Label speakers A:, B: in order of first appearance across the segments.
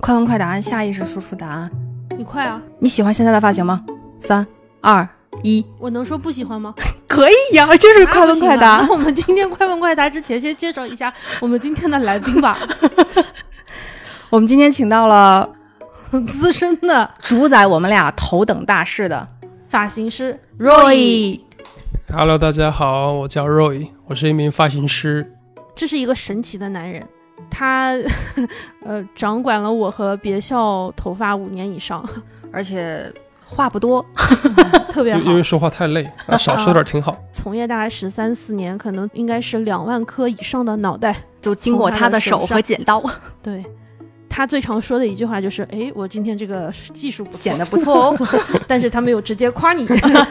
A: 快问快答，下意识输出答案。
B: 你快啊！
A: 你喜欢现在的发型吗？三二一，
B: 我能说不喜欢吗？
A: 可以呀、就是
B: 那
A: 快问
B: 不行
A: 快
B: 啊
A: 答。
B: 那我们今天快问快答之前，先介绍一下我们今天的来宾吧，
A: 我们今天请到了
B: 资深的
A: 主宰我们俩头等大事的
B: 发型师 Roy。
A: Roy。
C: Hello，大家好，我叫 Roy，我是一名发型师。
B: 这是一个神奇的男人，他呃掌管了我和别笑头发五年以上，
A: 而且话不多，
B: 特别
C: 因
B: 好
C: 因。为说话太累，啊、少说点 挺好。
B: 从业大概十三四年，可能应该是两万颗以上的脑袋。
A: 就经过他的手和剪刀，
B: 对他最常说的一句话就是：“哎，我今天这个技术不错，
A: 剪得不错哦。
B: 但是他没有直接夸你，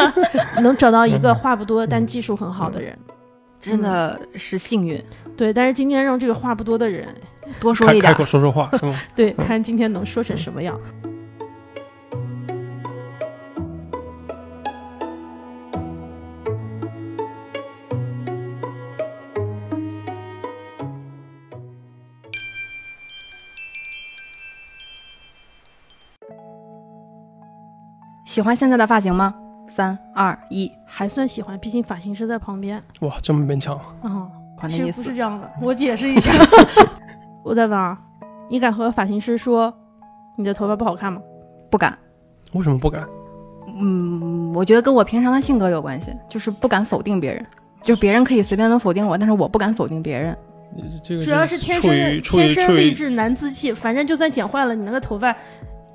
B: 能找到一个话不多但技术很好的人。
A: 真的是幸运。
B: 对，但是今天让这个话不多的人，
A: 多说
C: 开
A: 一
C: 开
A: 点
C: 口，说说话，嗯，
B: 对，看今天能说成什么样。
A: 喜欢现在的发型吗？三二一，
B: 还算喜欢，毕竟发型师在旁边。
C: 哇，这么勉强，啊
B: 嗯，
A: 还
B: 其
A: 那意
B: 实不
A: 思
B: 是。这样的，我解释 一下。我在问啊，你敢和发型师说你的头发不好看吗？
A: 不敢。
C: 为什么不敢？
A: 嗯，我觉得跟我平常的性格有关系，就是不敢否定别人，就是别人可以随便能否定我，但是我不敢否定别人。
C: 你呃这个
B: 主要是天生
C: 处于处
B: 天
C: 于处
B: 生丽
C: 于
B: 质难自弃，反正就算剪坏了，你那个头发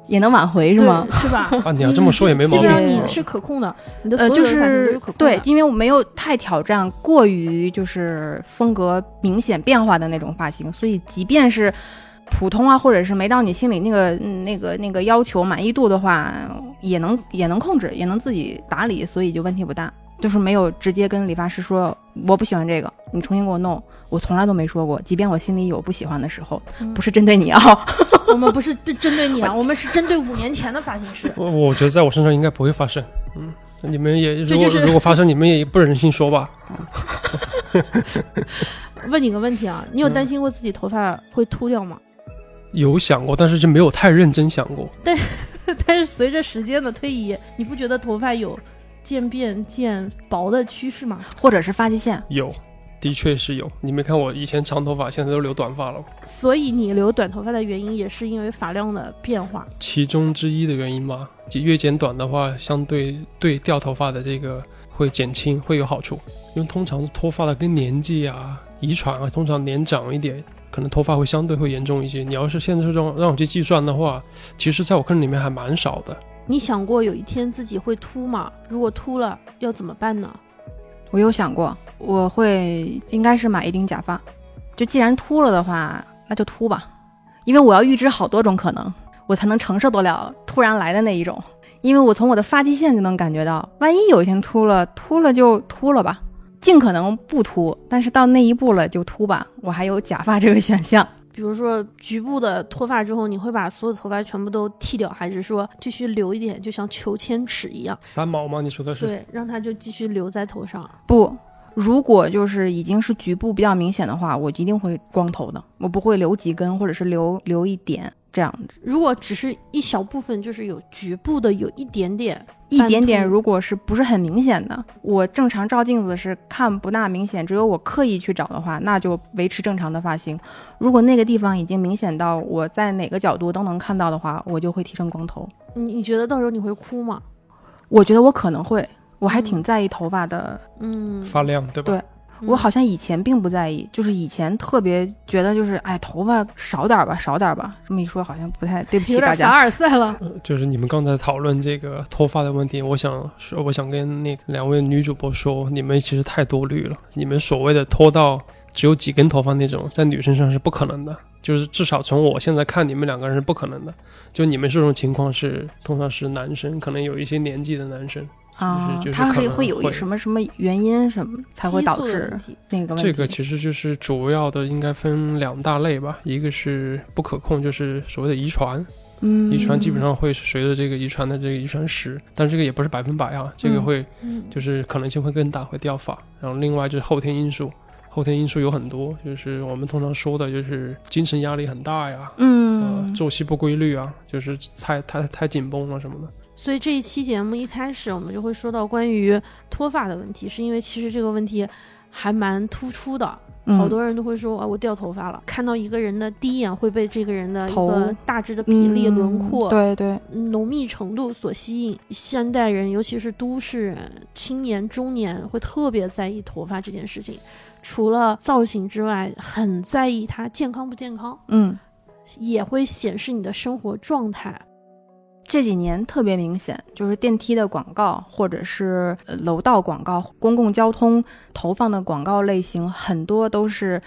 A: 也能挽回是
B: 对
A: 吗？
B: 是吧？
C: 啊，你要这么说也没
B: 基
C: 毛
B: 本
C: 病。
B: 上
A: 病
B: 你是可控的，你的所
A: 呃，
B: 有
A: 就
B: 的发型都
A: 是
B: 有可控
A: 对
B: 的，
A: 因为我没有太挑战过于就是风格明显变化的那种发型，所以即便是普通啊，或者是没到你心里那个嗯那个那个要求满意度的话，也能也能控制，也能自己打理，所以就问题不大。就是没有直接跟理发师说我不喜欢这个，你重新给我弄。我从来都没说过，即便我心里有不喜欢的时候，
B: 嗯
A: 不是针对你啊，
B: 我们不是对针对你啊，我们是针对五年前的发型 师。
C: 我我觉得在我身上应该不会发生，嗯，你们也
B: 这
C: 如果、
B: 就是
C: 如果发生，你们也不忍心说吧？
B: 问你个问题啊，你
C: 嗯
B: 有担心过自己头发会秃掉吗？
C: 有想过，但是就没有太认真想过。
B: 但是随着时间的推移，你不觉得头发有渐变渐薄的趋势吗？
A: 或者是发际线，
C: 有，的确是有。你没看我以前长头发，现在都留短发了，
B: 所以你留短头发的原因也是因为发量的变化。
C: 其中之一的原因吧。越剪短的话，相对对掉头发的这个会减轻，会有好处。因为通常脱发的跟年纪啊、遗传啊，通常年长一点，可能脱发会相对会严重一些。你要是现在是让让我去计算的话，其实在我个人里面还蛮少的。
B: 你想过有一天自己会秃吗？如果秃了要怎么办呢？
A: 我有想过，我会应该是买一顶假发，就既然秃了的话，那就秃吧，因为我要预知好多种可能，我才能承受得了突然来的那一种。因为我从我的发际线就能感觉到，万一有一天秃了，秃了就秃了吧，尽可能不秃，但是到那一步了就秃吧。我还有假发这个选项，
B: 比如说局部的脱发之后，你会把所有头发全部都剃掉，还是说继续留一点，就像裘千尺一样？
C: 三毛吗？你说的是？
B: 对，让它就继续留在头上。
A: 不，如果就是已经是局部比较明显的话，我一定会光头的，我不会留几根或者是留留一点这样
B: 如果只是一小部分，就是有局部的有一点点，
A: 一点点，
B: 半秃
A: 如果是不是很明显的，我正常照镜子是看不大明显，只有我刻意去找的话，那就维持正常的发型。如果那个地方已经明显到我在哪个角度都能看到的话，我就会剃成光头。
B: 你你觉得到时候你会哭吗？
A: 我觉得我可能会，我还
B: 嗯
A: 挺在意头发的，
B: 嗯，
C: 发量对吧？
A: 对
B: 嗯
A: 我好像以前并不在意，就是以前特别觉得就是哎头发少点儿吧，少点儿吧，这么一说好像不太对不起
B: 嗯有
A: 大
B: 点凡
A: 家。
B: 尔赛了。
C: 就是你们刚才讨论这个脱发的问题，我想说，我想跟那个两位女主播说，你们其实太多虑了。你们所谓的脱到只有几根头发那种，在女生上是不可能的，就是至少从我现在看，你们两个人是不可能的。就你们这种情况是，通常是男生，可能有一些年纪的男生，
A: 啊
C: 就，是
A: 它
C: 可
A: 是
C: 能
A: 会有一
C: 会
A: 什么什么原因什么才会
B: 激
A: 导
B: 素的
A: 致
B: 问题
A: 那个问题？
C: 这个其实就是主要的应该分两大类吧，一个是不可控，就是所谓的遗传，
A: 嗯，
C: 遗传基本上会随着这个遗传的这个遗传史，但这个也不是百分百啊，这个
A: 嗯
C: 会。
B: 嗯，
C: 就是可能性会更大，会掉发。然后另外就是后天因素，后天因素有很多，就是我们通常说的就是精神压力很大呀，呃
A: 嗯，
C: 作息不规律啊，就是太太太紧绷了什么的。
B: 所以这一期节目一开始我们就会说到关于脱发的问题，是因为其实这个问题还蛮突出的，
A: 嗯
B: 好多人都会说啊，我掉头发了。看到一个人的第一眼会被这个人的一
A: 头
B: 个大致的比例、
A: 嗯
B: 轮廓、嗯
A: 对对，
B: 浓密程度所吸引。现代人，尤其是都市人、青年、中年，会特别在意头发这件事情。除了造型之外，很在意它健康不健康，
A: 嗯，
B: 也会显示你的生活状态。
A: 这几年特别明显，就是电梯的广告，或者是呃楼道广告、公共交通投放的广告类型，很多都是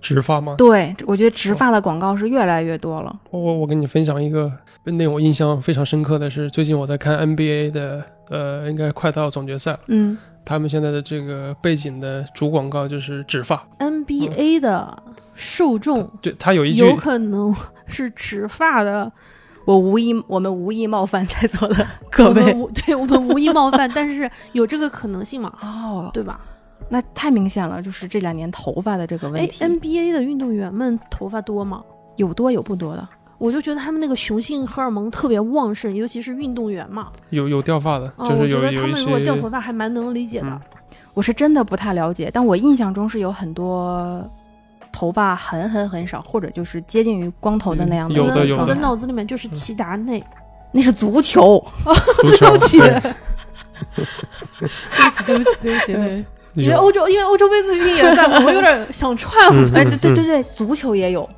C: 植发
B: 嗯
C: 吗？
A: 对我觉得植发的广告是越来越多了。
C: 我我我跟你分享一个令我印象非常深刻的是，最近我在看 NBA 的，呃，应该快到总决赛了，
A: 嗯，
C: 他们现在的这个背景的主广告就是植发，
A: 嗯
B: NBA 的受众
C: 对，它嗯有一句
B: 有可能是植发的，
A: 我无意，我们无意冒犯在座的各
B: 我们
A: 位。
B: 无 对我们无意冒犯，但是有这个可能 性嘛，
A: 哦，
B: 对吧？
A: 那太明显了，就是这两年头发的这个问
B: 哎
A: 题，
B: ，NBA 的运动员们头发多吗？
A: 有多有不多的。
B: 我就觉得他们那个雄性荷尔蒙特别旺盛，尤其是运动员嘛。
C: 有有掉发的，
B: 啊、
C: 就是有
B: 我觉得
C: 有
B: 他
C: 一
B: 们如果
C: 些
B: 掉头发还蛮能理解的。
C: 嗯
A: 我是真的不太了解，但我印象中是有很多头发很很很少，或者就是接近于光头的那样的
C: 嗯有
A: 状
B: 我
A: 态。
C: 的有
B: 我
C: 的
B: 的脑子里面就是齐达内，
A: 那是足球，
C: 足球，
B: 对不
C: 对
B: 起， 对不起，对不起。
A: 对，
B: 因为
C: 嗯有
B: 欧洲，因为欧洲杯最近也在嘛，我有点想串。
C: 嗯
A: 哎，对对
C: 嗯
A: 对对，足球也有，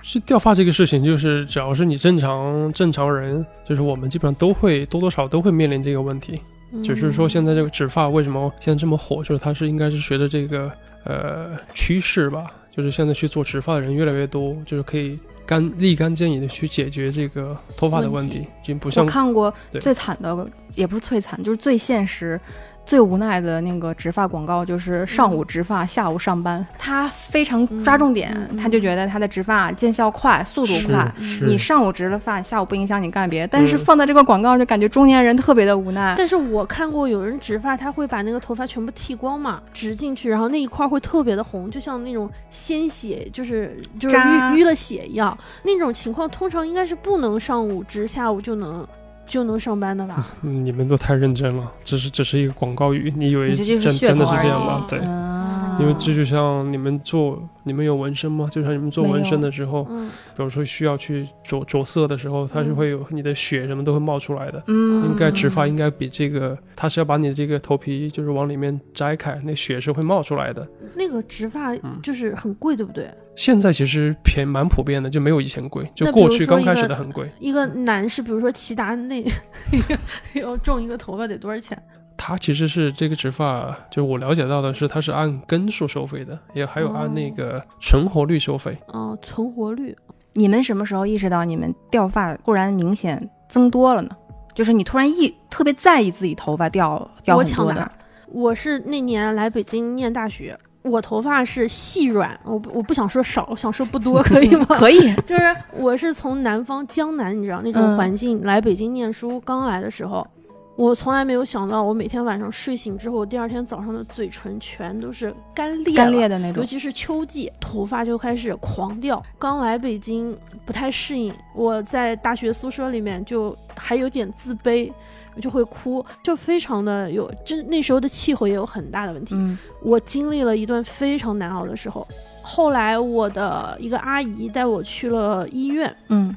C: 是掉发这个事情，就是只要是你正常正常人，就是我们基本上都会多多少少都会面临这个问题。只是
A: 嗯
B: 嗯
C: 说现在这个植发为什么现在这么火，就是它是应该是随着这个呃趋势吧，就是现在去做植发的人越来越多，就是可以干立竿见影的去解决这个脱发的问
B: 问
C: 题
B: 题，
C: 已经不
A: 我
C: 像
A: 看过
C: 对
A: 最惨的，也不是最惨，就是最现实、最无奈的那个植发广告，就是上午植发，下午上班。他非常抓重点，
B: 嗯嗯嗯嗯
A: 他就觉得他的植发见效快，速度快。嗯
C: 是嗯
A: 你
C: 是
A: 上午植了发，下午不影响你干别的。但是放在这个广告，就感觉中年人特别的无奈。
B: 但是我看过有人植发，他会把那个头发全部剃光嘛，植进去，然后那一块会特别的红，就像那种鲜血，就是就是
A: 渣
B: 淤淤了血一样。那种情况通常应该是不能上午植，下午就能就能上班的吧？
C: 嗯你们都太认真了，这是只是一个广告语，你以为
A: 你这就
C: 真
A: 是噱
C: 真的
A: 头
C: 是
A: 而
C: 这样
A: 已
C: 吗？对。
A: 啊
C: 因为这就像你们做，你们有纹身吗？就像你们做
A: 没
C: 纹
A: 有
C: 身的时候，
B: 嗯，
C: 比如说需要去着着色的时候，它是
B: 嗯
C: 会有你的血什么都会冒出来的。
A: 嗯，
C: 应该植发应该比这个，它是要把你这个头皮就是往里面摘开，那血是会冒出来的。
B: 那个植发
C: 嗯
B: 就是很贵，对不对？
C: 现在其实便蛮普遍的，就没有以前贵，就
B: 那比
C: 过
B: 如
C: 去
B: 说
C: 刚
B: 一
C: 开始
B: 个
C: 的很贵。
B: 一个男士，比如说齐达内， 要种一个头发得多少钱？
C: 它其实是这个植发，就我了解到的是，它是按根数收费的，也还有按那
B: 哦
C: 个存活率收费。
B: 嗯、存活率。
A: 你们什么时候意识到你们掉发忽然明显增多了呢？就是你突然意特别在意自己头发掉掉
B: 我
A: 很
B: 抢
A: 多
B: 答
A: 的，嗯
B: 我是那年来北京念大学，我头发是细软，我不我不想说少，我想说不多，可以吗？
A: 可以，
B: 就是我是从南方江南，你知道那种
A: 嗯
B: 环境来北京念书，刚来的时候。我从来没有想到，我每天晚上睡醒之后，第二天早上的嘴唇全都是干裂了
A: 干裂的那
B: 尤
A: 种。
B: 其是秋季，头发就开始狂掉。刚来北京不太适应，我在大学宿舍里面就还有点自卑，就会哭，就非常的有，真那时候的气候也有很大的问题。
A: 嗯，
B: 我经历了一段非常难熬的时候，后来我的一个阿姨带我去了医院。
A: 嗯，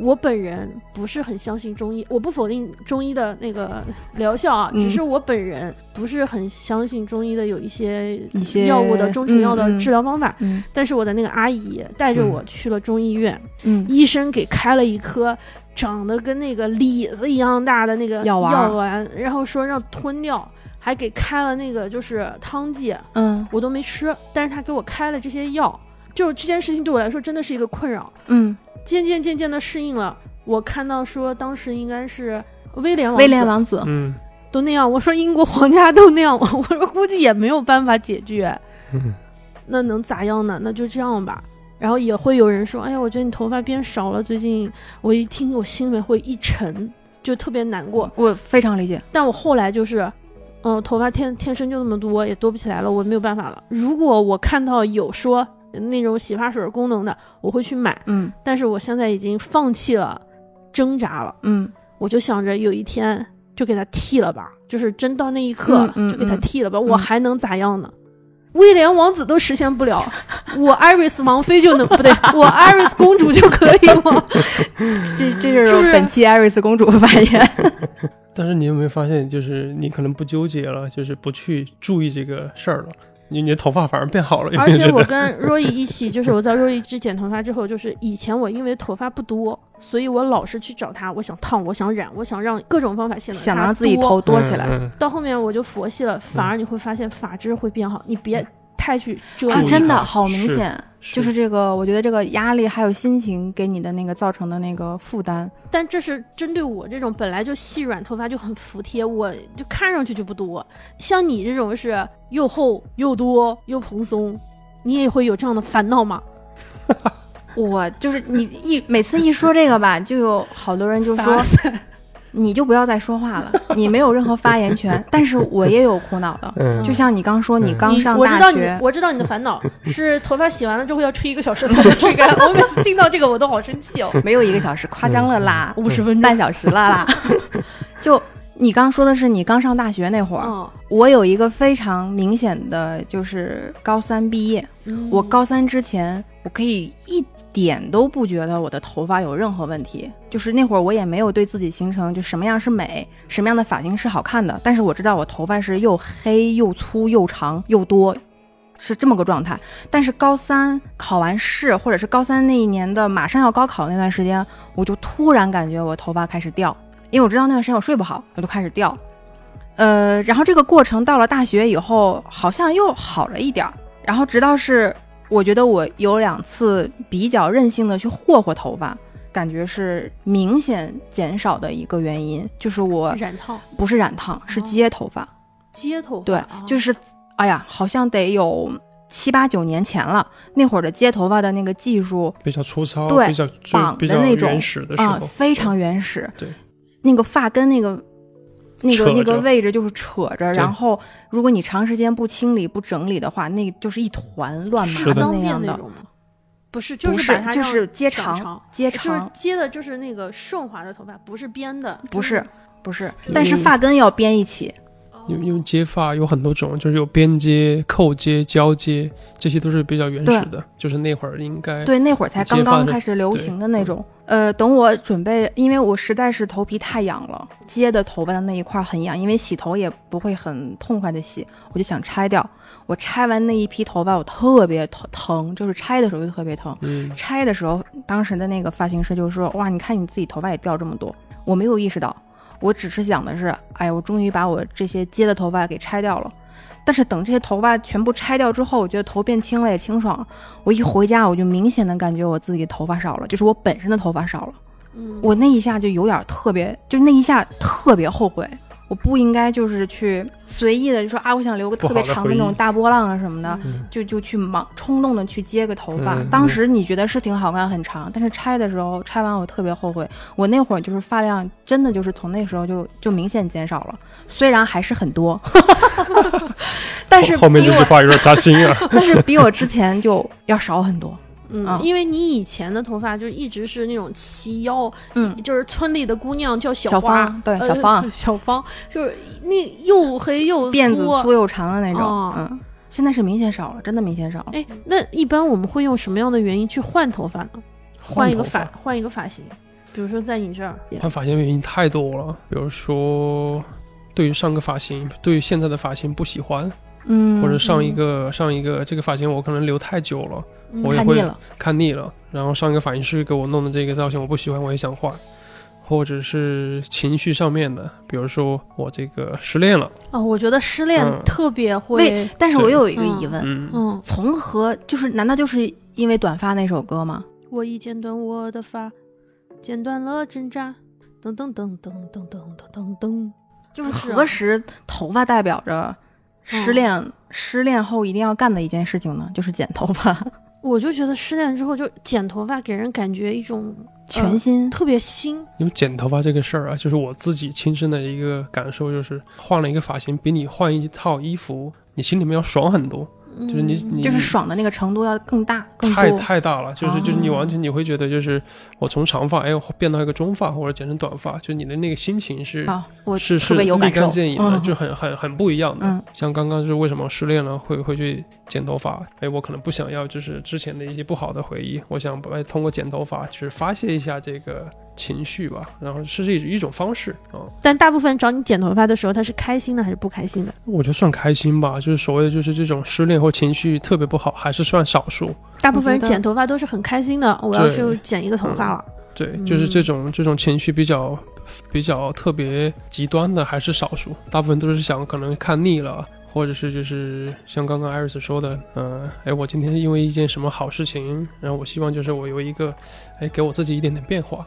B: 我本人不是很相信中医，我不否定中医的那个疗效啊，
A: 嗯
B: 只是我本人不是很相信中医的有一些
A: 一些
B: 药物的中成药的
A: 嗯嗯
B: 治疗方法。
A: 嗯
B: 但是我的那个阿姨带着我去了中医院，
A: 嗯，
B: 医生给开了一颗长得跟那个李子一样大的那个
A: 药丸
B: 药丸，然后说让吞掉，还给开了那个就是汤剂，
A: 嗯
B: 我都没吃，但是他给我开了这些药，就这件事情对我来说真的是一个困扰。
A: 嗯，
B: 渐渐渐渐的适应了，我看到说当时应该是威廉王子
A: 威廉王子，
C: 嗯，
B: 都那样，我说英国皇家都那样， 我说估计也没有办法解决，
C: 嗯
B: 那能咋样呢？那就这样吧。然后也会有人说，哎呀，我觉得你头发变少了，最近我一听我心里面会一沉，就特别难过。
A: 我非常理解。
B: 但我后来就是嗯，头发天天生就那么多，也多不起来了，我没有办法了。如果我看到有说那种洗发水功能的，我会去买，
A: 嗯
B: 但是我现在已经放弃了挣扎了，
A: 嗯，
B: 我就想着有一天就给它剃了吧，就是真到那一刻了，
A: 嗯嗯
B: 就给它剃了吧，
A: 嗯
B: 我还能咋样呢？威廉王子都实现不了，我艾瑞斯王妃就能不对，我艾瑞斯公主就可以了。
A: 这这就是
B: 是不是
A: 本期艾瑞斯公主的发言。
C: 但是你有没有发现，就是你可能不纠结了，就是不去注意这个事儿了，你你的头发反而变好了，有
B: 而
C: 没有
B: 且
C: 觉
B: 我
C: 得？
B: 跟若依一起，就是我在若依之剪头发之后，就是以前我因为头发不多，所以我老是去找她，我想烫，我想染，我想让各种方法显得
A: 想
B: 她
A: 让自己
B: 多
A: 头多起来，
C: 嗯
B: 到后面我就佛系了，反而你会发现发质会变好，你别太去折
A: 啊，
C: 注意
B: 腾。
A: 真的
C: 它
A: 好明
C: 是
A: 显，
C: 是
A: 就是这个，我觉得这个压力还有心情给你的那个造成的那个负担，
B: 但这是针对我这种本来就细软头发就很服帖，我就看上去就不多。像你这种是又厚又多又蓬松，你也会有这样的烦恼吗？
A: 我就是你一每次一说这个吧，就有好多人就说
B: 烦。
A: 你就不要再说话了，你没有任何发言权。但是我也有苦恼的，
C: 嗯
A: 就像你刚说，你刚
B: 你
A: 上
B: 我知道
A: 大
B: 你
A: 学，，
B: 我知道你的烦 恼是头发洗完了之后要吹一个小时才能吹干。我每次听到这个我都好生气哦。
A: 没有一个小时，夸张了啦，
B: 五十分钟
A: 嗯半小时啦啦。就你刚说的是你刚上大学那会儿，
B: 嗯，
A: 我有一个非常明显的，就是高三毕业，
B: 嗯
A: 我高三之前，我可以一点都不觉得我的头发有任何问题，就是那会儿我也没有对自己形成就什么样是美，什么样的发型是好看的，但是我知道我头发是又黑又粗又长又多。是这么个状态，但是高三考完试，或者是高三那一年的马上要高考那段时间，我就突然感觉我头发开始掉，因为我知道那段时间我睡不好，我就开始掉。呃，然后这个过程到了大学以后，好像又好了一点儿。然后直到是我觉得我有两次比较任性的去霍霍头发，感觉是明显减少的一个原因，就是我
B: 染烫
A: 不是染烫，是
B: 哦
A: 接头发。
B: 街头
A: 对，就是，哎呀，好像得有七八九年前了，那会儿的接头发的那个技术，
C: 比较粗糙，
A: 对
C: 比较最
A: 绑
C: 比
A: 的
C: 较
A: 那种
C: 原始的时
A: 啊、
C: 候，
A: 非常原始。
C: 对，
A: 那个发根那个那
C: 扯
A: 个
C: 着
A: 那个位置就是扯着，
C: 对
A: 然后如果你长时间不清理不整理的话，那个就是一团乱麻
C: 是的
A: 的
B: 脏
A: 那
B: 辫
A: 样的。
B: 种吗？不是，
A: 不
B: 是把它
A: 就
B: 让
A: 是接
B: 长
A: 长，接
B: 就是
A: 长，
B: 接的就是那个顺滑的头发，不是编的，
A: 不
B: 就是
A: 不是，
C: 对
A: 但是发根要编一起。
C: 因为因为接发有很多种，就是有边接、扣接、交接，这些都是比较原始的，就是那会儿应该
A: 对，那会儿才刚刚开始流行的那种。呃，等我准备，因为我实在是头皮太痒了，接的头发的那一块很痒，因为洗头也不会很痛快的洗，我就想拆掉。我拆完那一批头发，我特别疼，疼，就是拆的时候就特别疼。
C: 嗯
A: 拆的时候，当时的那个发型师就说：“哇，你看你自己头发也掉这么多。”我没有意识到，我只是想的是，哎，我终于把我这些接的头发给拆掉了。但是等这些头发全部拆掉之后，我觉得头变轻了，也清爽了。我一回家，我就明显的感觉我自己头发少了，就是我本身的头发少了。
B: 嗯，
A: 我那一下就有点特别，就是那一下特别后悔，我不应该就是去随意的就说啊，我想留个特别
C: 不好的
A: 长
C: 回
A: 的
C: 忆
A: 那种大波浪啊什么的。
C: 嗯
A: 就就去忙冲动的去接个头发。
C: 嗯
A: 当时你觉得是挺好看很长，但是拆的时候拆完我特别后悔。我那会儿就是发量真的就是从那时候就就明显减少了，虽然还是很多， 但是
C: 后后面
A: 比
C: 这句
A: 我
C: 话有点扎心 啊。
A: 但是比我之前就要少很 多。
B: 嗯
A: 啊，
B: 因为你以前的头发就一直是那种齐腰，
A: 嗯，
B: 就是村里的姑娘叫
A: 小
B: 花，
A: 芳对
B: 呃
A: 小芳
B: 小芳就是那又黑又
A: 辫子粗又长的那种，
B: 哦
A: 嗯，现在是明显少了，真的明显少了。
B: 哎，那一般我们会用什么样的原因去换头发呢？换一个发，换一个发型，比如说在你这儿，
C: 换发型原因太多了，比如说对于上个发型，对于现在的发型不喜欢，
A: 嗯，
C: 或者上一个、上一个这个发型我可能留太久了，
B: 嗯
C: 我也
A: 看
C: 会
A: 腻了，
C: 看腻了，然后上一个发型师给我弄的这个造型我不喜欢，我也想换。或者是情绪上面的，比如说我这个失恋了，
B: 哦，我觉得失恋
C: 嗯
B: 特别
A: 为
B: 会，
A: 但是我
C: 对
A: 又有一个
B: 嗯
A: 疑问，
C: 嗯，
B: 嗯，
A: 从何就是难道就是因为短发那首歌吗？
B: 我已剪短我的发，剪断了挣扎，噔噔噔噔噔噔噔噔噔，
A: 就是
B: 是啊哦
A: 何时头发代 表着失恋、失恋后一定要干的一件事情呢？就是剪头发。
B: 我就觉得失恋之后就剪头发给人感觉一种呃嗯
A: 全新，
B: 特别新，
C: 因为剪头发这个事儿啊，就是我自己亲身的一个感受，就是换了一个发型，比你换一套衣服，你心里面要爽很多。
B: 就
C: 就是你你
A: 就是爽的那个程度要更大更
C: 嗯太
A: 多。哦
C: 太大了，就是就是你完全你会觉得就是我从长发哎我变到一个中发或者剪成短发，就你的那个心情是
A: 啊，我
C: 是
A: 特
C: 是
A: 别有
C: 立
A: 感受
C: 竿，见影的，
A: 嗯
C: 就很很很不一样的。
A: 嗯
C: 像刚刚就是为什么失恋了会会去剪头发？哎，我可能不想要就是之前的一些不好的回忆，我想把哎通过剪头发就是发泄一下这个情绪吧，然后是一一种方式啊、嗯
B: 但大部分找你剪头发的时候，他是开心的还是不开心的？
C: 我觉得算开心吧，就是所谓的就是这种失恋或情绪特别不好，还是算少数。
B: 大部分人
A: 我觉得
B: 剪头发都是很开心的，我要
C: 对
B: 去剪一个头发了。
C: 对，就是
B: 嗯
C: 这种这种情绪比较比较特别极端的还是少数，大部分都是想可能看腻了。或者是就是像刚刚艾瑞斯说的，呃，哎，我今天因为一件什么好事情，然后我希望就是我有一个，哎，给我自己一点点变化。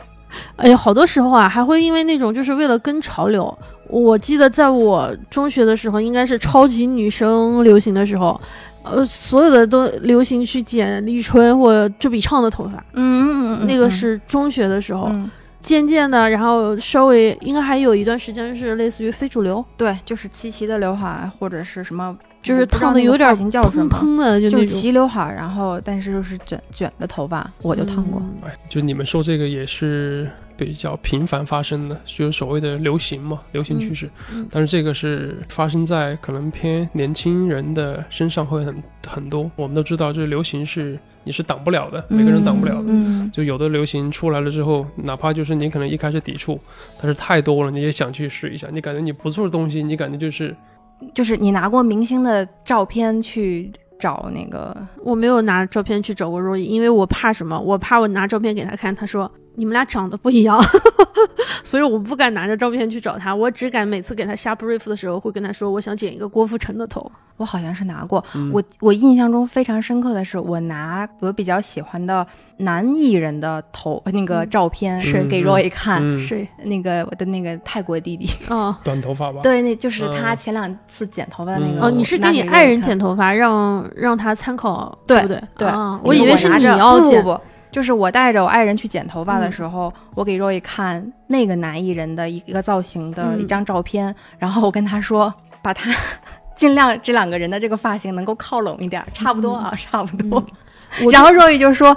B: 哎呀，好多时候啊，还会因为那种就是为了跟潮流。我记得在我中学的时候，应该是超级女生流行的时候，呃，所有的都流行去剪立春或周笔畅的头发，
A: 嗯嗯嗯，
B: 那个是中学的时候。
A: 嗯，
B: 渐渐的，然后稍微应该还有一段时间是类似于非主流，
A: 对，就是齐齐的刘海或者是什么，
B: 就是
A: 我不知道
B: 烫的
A: 那个
B: 有点
A: 发型叫什
B: 蓬
A: 么，
B: 蓬的就
A: 就
B: 那
A: 是
B: 种。
A: 齐刘海，然后但是就是卷卷的头发，我就烫过。
B: 嗯
C: 哎，就你们说这个也是比较频繁发生的，就是所谓的流行嘛，流行趋势。
B: 嗯嗯
C: 但是这个是发生在可能偏年轻人的身上会很很多。我们都知道，就是流行是你是挡不了的，每个人挡不了的。
A: 嗯，
C: 就有的流行出来了之后，哪怕就是你可能一开始抵触，但是太多了，你也想去试一下。你感觉你不做的东西，你感觉就是
A: 嗯就是你拿过明星的照片去找那个，
B: 我没有拿照片去找过若隐，因为我怕什么？我怕我拿照片给他看，他说你们俩长得不一样， 所以我不敢拿着照片去找他，我只敢每次给他下 brief 的时候会跟他说我想剪一个郭富城的头。
A: 我好像是拿过，
C: 嗯
A: 我我印象中非常深刻的是，我拿我比较喜欢的男艺人的头那个
B: 嗯
A: 照片
C: 是
A: 给
C: 嗯
A: Roy 看，
C: 嗯
B: 谁？
A: 那个我的那个泰国弟弟，
B: 哦
C: 短头发吧。
A: 对，那就是他
C: 嗯
A: 前两次剪头发的那个。
C: 嗯
B: 哦，你是给你
A: 拿给
B: 爱
A: Roy
B: 人
A: 看
B: 剪头发，让让他参考，
A: 对
B: 不对？
A: 对
B: 啊
A: 我
B: 我以为是
A: 拿
B: 你
A: 着
B: 要剪。
A: 不不不，就是我带着我爱人去剪头发的
B: 嗯
A: 时候，我给若一看那个男艺人的一个造型的
B: 嗯
A: 一张照片，然后我跟他说，把他 尽量这两个人的这个发型能够靠拢一点儿，差不多
B: 嗯
A: 啊，差不多。
B: 我
A: 然后若一就说。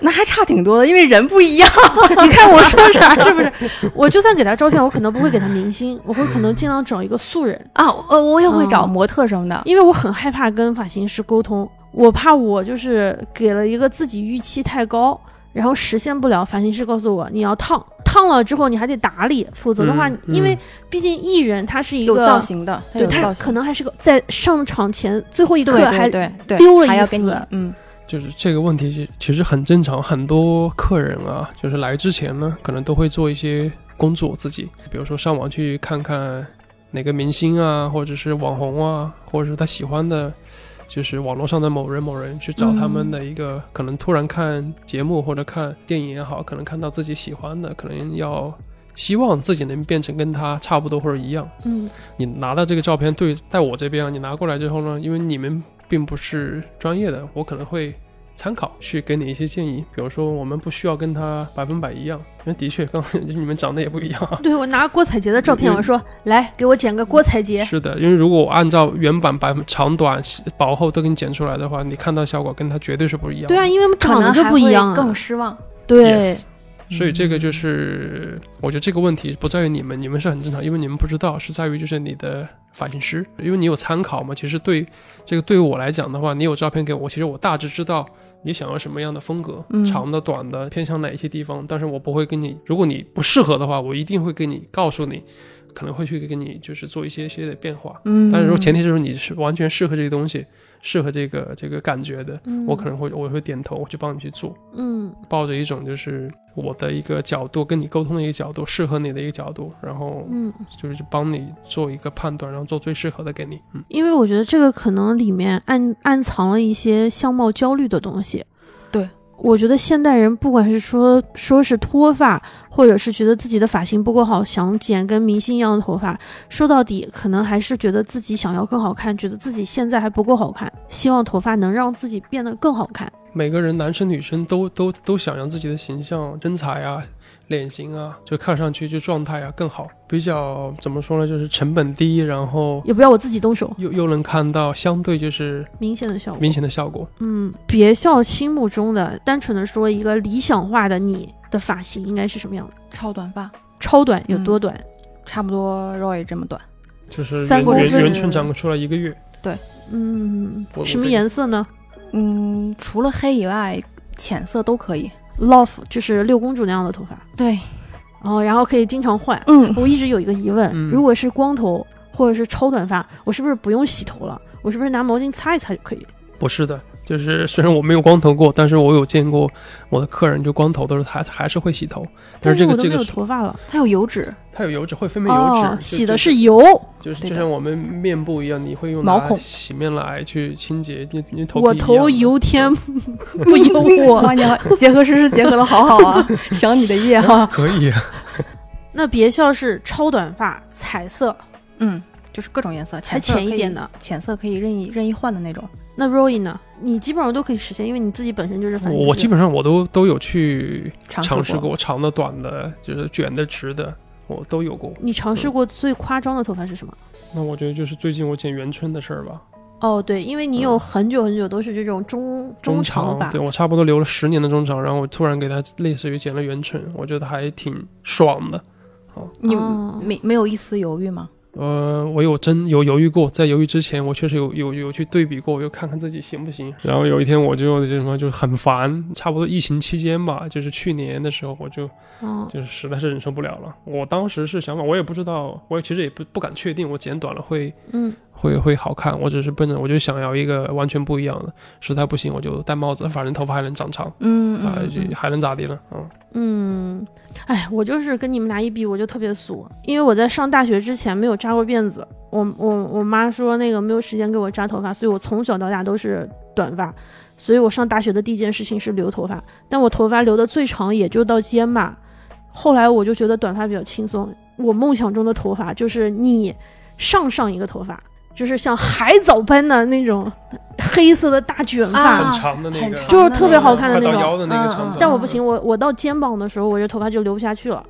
A: 那还差挺多的，因为人不一样。
B: 你看我说啥是不是？我就算给他照片，我可能不会给他明星，我会可能尽量找一个素人，
A: 啊，呃，我也会找
B: 嗯
A: 模特什么的。
B: 因为我很害怕跟发型师沟通，我怕我就是给了一个自己预期太高，然后实现不了。发型师告诉我你要烫，烫了之后你还得打理，否则的话，
C: 嗯
B: 因为毕竟艺人他是一
A: 有
B: 个
A: 造，型的，他
B: 对
A: 有
B: 他
A: 造型，
B: 可能还是个在上场前最后一刻
A: 对
B: 还
A: 对对对，
B: 溜了
A: 还
B: 一
A: 要跟你
B: 丝
A: 嗯
C: 就是这个问题其，其实很正常。很多客人啊，就是来之前呢，可能都会做一些工作，自己比如说上网去看看哪个明星啊，或者是网红啊，或者是他喜欢的，就是网络上的某人某人去找他们的一个，可能突然看节目或者看电影也好，可能看到自己喜欢的，可能要希望自己能变成跟他差不多或者一样。
B: 嗯
C: 你拿到这个照片对在我这边啊，你拿过来之后呢，因为你们并不是专业的，我可能会参考去给你一些建议，比如说我们不需要跟他百分百一样，因为的确刚你们长得也不一样 啊。
B: 对我拿郭采洁的照片，
C: 嗯
B: 我说来给我剪个郭采洁，
C: 是的，因为如果我按照原版版长短薄厚都给你剪出来的话，你看到效果跟他绝对是不一样的。
B: 对啊，因为我们
A: 可
B: 长得
A: 能
B: 就
A: 还
B: 不一
A: 会
B: 样、啊，
A: 更失望。
B: 对
C: Yes 所以这个就是，
A: 嗯
C: 我觉得这个问题不在于你们，你们是很正常，因为你们不知道，是在于就是你的发型师，因为你有参考嘛。其实对这个对于我来讲的话，你有照片给我，其实我大致知道你想要什么样的风格，
A: 嗯
C: 长的、短的，偏向哪些地方，但是我不会跟你，如果你不适合的话，我一定会跟你告诉你，可能会去给你就是做一些些的变化。
A: 嗯，
C: 但是说前提就是你是完全适合这个东西，适合这个这个感觉的，
B: 嗯
C: 我可能会我会点头，我去帮你去做。
B: 嗯
C: 抱着一种就是我的一个角度，跟你沟通的一个角度，适合你的一个角度，然后
B: 嗯，
C: 就是帮你做一个判断，然后做最适合的给你。嗯，
B: 因为我觉得这个可能里面暗暗藏了一些相貌焦虑的东西。
A: 对，
B: 我觉得现代人不管是说说是脱发，或者是觉得自己的发型不够好，想剪跟明星一样的头发。说到底，可能还是觉得自己想要更好看，觉得自己现在还不够好看，希望头发能让自己变得更好看。
C: 每个人，男生女生都都都想让自己的形象、身材啊、脸型啊，就看上去就状态啊更好，比较怎么说呢，就是成本低，然后
B: 也不要我自己动手，
C: 又又能看到相对就是
B: 明显的效果。
C: 明显的效果。
B: 嗯，别笑心目中的，单纯的说一个理想化的你的发型应该是什么样的？
A: 超短发，
B: 超短有多短？
A: 差不多 Roy 这么短，
C: 就是
B: 三
C: 圆
A: 公
C: 圆
A: 分
C: 圆寸长出来一个月，
B: 嗯，
C: 我我
B: 什么
C: 这个
B: 颜色呢
A: 嗯，除了黑以外，浅色都可以。
B: ？Love 就是六公主那样的头发，
A: 对，
B: 哦，然后可以经常换。
A: 嗯，
B: 我一直有一个疑问，
C: 嗯
B: 如果是光头或者是超短发，我是不是不用洗头了？我是不是拿毛巾擦一擦就可以？
C: 不是的，就是虽然我没有光头过，但是我有见过我的客人就光头的时候还还是会洗头，但
B: 但
C: 是这
B: 我
C: 个
B: 都
C: 这
B: 没
C: 个
B: 有
C: 是
B: 头发了。
A: 它有油脂，
C: 它有油脂会分泌油脂，
B: 哦
C: 就，
B: 洗的
C: 就是
B: 油。
C: 就是
A: 对
C: 就
A: 的
C: 像我们面部一样，你会用
A: 毛
C: 它
A: 孔
C: 洗面奶去清洁你你头皮
B: 我
C: 一
B: 头
C: 样的
B: 油天
A: 哎
B: 不由我。
A: 哇，你好结合诗诗结合的好好 啊，想你的夜哈。
C: 可以啊，
B: 那别笑是超短发，彩色
A: 嗯，就是各种颜色，
B: 才
A: 浅色
B: 浅一
A: 可以
B: 点，的。
A: 浅色可以任意任意换的那种。
B: 那 Roy 呢？你基本上都可以实现，因为你自己本身就是
C: 我
B: 反
C: 我基本上我都都有去尝
A: 尝
C: 试过，长的、短的，就是卷的、直的，我都有过。
B: 你尝
C: 嗯
B: 试过最夸张的头发是什么？
C: 那我觉得就是最近我剪圆寸的事儿吧，
B: 哦，对，因为你有很久很久都是这种中
C: 嗯中
B: 长发
C: 对，我差不多留了十年的中长，然后我突然给它类似于剪了圆寸，我觉得还挺爽的。
A: 你
B: 哦
C: 嗯
A: 没没有一丝犹豫吗？
C: 呃，我有真有犹豫过，在犹豫之前，我确实有有有去对比过，有看看自己行不行。然后有一天我就就什么就很烦，差不多疫情期间吧，就是去年的时候，我就
B: 嗯，
C: 就是实在是忍受不了了。我当时是想法，我也不知道，我也其实也不不敢确定，我剪短了会
B: 嗯，
C: 会会好看。我只是奔着我就想要一个完全不一样的，实在不行我就戴帽子，反正头发还能长长
A: 嗯
C: 啊、就还能咋地呢？嗯，
B: 嗯，哎，我就是跟你们俩一比，我就特别俗，因为我在上大学之前没有扎过辫子。我我我妈说那个没有时间给我扎头发，所以我从小到大都是短发。所以我上大学的第一件事情是留头发，但我头发留的最长也就到肩吧。后来我就觉得短发比较轻松。我梦想中的头发就是你上上一个头发，就是像海藻般的那种黑色的大卷发，
A: 啊
C: 嗯很长的那
A: 很
C: 个，
A: 长
B: 就是特别好看的
C: 哎快
B: 那
C: 到
B: 种。
C: 腰的那个
A: 嗯
C: 长度。
A: 嗯
B: 但我不行，我我到肩膀的时候，我这头发就留不下去了。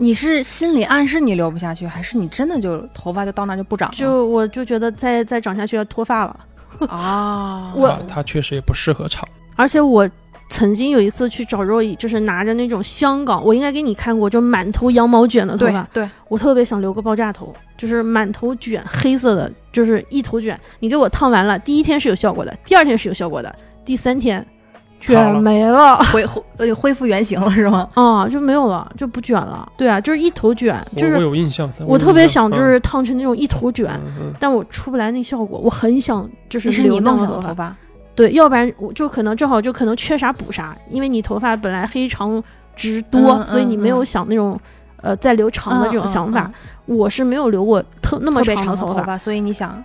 A: 你是心里暗示你留不下去，还是你真的就头发就到那儿就不长了？
B: 就我就觉得再再长下去要脱发了。
A: 啊，
B: 我
C: 它它确实也不适合长。
B: 而且我曾经有一次去找若 y 就是拿着那种香港，我应该给你看过，就满头羊毛卷的头
A: 对
B: 发，
A: 对，
B: 我特别想留个爆炸头，就是满头卷，黑色的，就是一头卷。你给我烫完了，第一天是有效果的，第二天是有效果的，第三天
C: 好
B: 卷
C: 了
B: 没了。
A: 恢恢呃恢复原形了是吗？
B: 啊、就没有了，就不卷了。对啊，就是一头卷，
C: 我
B: 就
C: 我
B: 是
C: 有印象，
B: 我特别想就
C: 嗯
B: 是烫成那种一头卷，
C: 嗯嗯
B: 但我出不来那效果，我很想就是
A: 这是
B: 留
A: 你
B: 那
A: 梦
B: 样
A: 想
B: 的
A: 的
B: 头
A: 头发，
B: 对，要不然我就可能正好就可能缺啥补啥，因为你头发本来黑长直多，
A: 嗯
B: 所以你没有想那种、呃再留长的这种想法。
A: 嗯嗯
B: 我是没有留过特那么
A: 特别
B: 的
A: 长的
B: 头
A: 头发，所以你想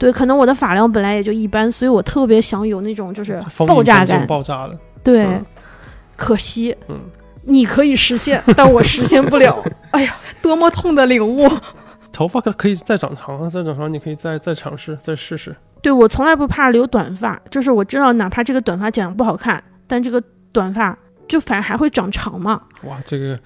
B: 对，可能我的发量本来也就一般，所以我特别想有那种
A: 嗯
B: 就是
C: 风
B: 爆
C: 影
B: 炸
C: 真正
B: 感。
C: 爆炸的，
B: 对，
C: 嗯
B: 可惜
C: 嗯，
B: 你可以 实现， 但我实现不了。
A: 哎多么痛的领 悟，
C: 头发可可以再长长，啊再长长，你可以再再尝试，再试试。
B: 对我从来不怕留短发，就是我知道哪怕这个短发剪得不好看，但这个短发就反正还会长长嘛。
C: 哇，这个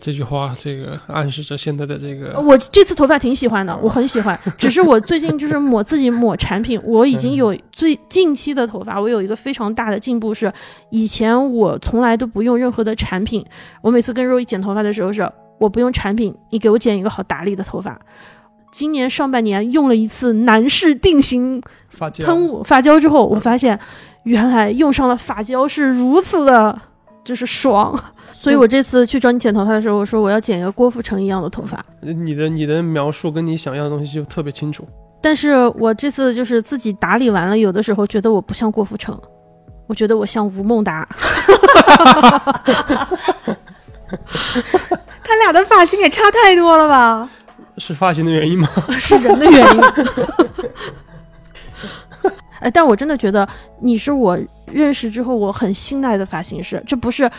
C: 这句话，这个暗示着现在的这个
B: 我这次头发挺喜欢的，
C: 哦
B: 我很喜欢。只是我最近就是抹自己抹产品，我已经有最近期的头发，我有一个非常大的进步是，以前我从来都不用任何的产品。我每次跟肉一剪头发的时候是，我不用产品，你给我剪一个好打理的头发。今年上半年用了一次男士定型
C: 发胶，
B: 喷雾发胶之后，我发现原来用上了发胶是如此的，就是爽。 所以我这次去找你剪头发的时候，我说我要剪一个郭富城一样的头发。
C: 你的你的描述跟你想要的东西就特别清楚。
B: 但是我这次就是自己打理完了，有的时候觉得我不像郭富城，我觉得我像吴孟达。
A: 他俩的发型也差太多了 吧？
C: 是发型的原因吗？
B: 是人的原因。哎，但我真的觉得你是我认识之后我很信赖的发型师，这不是，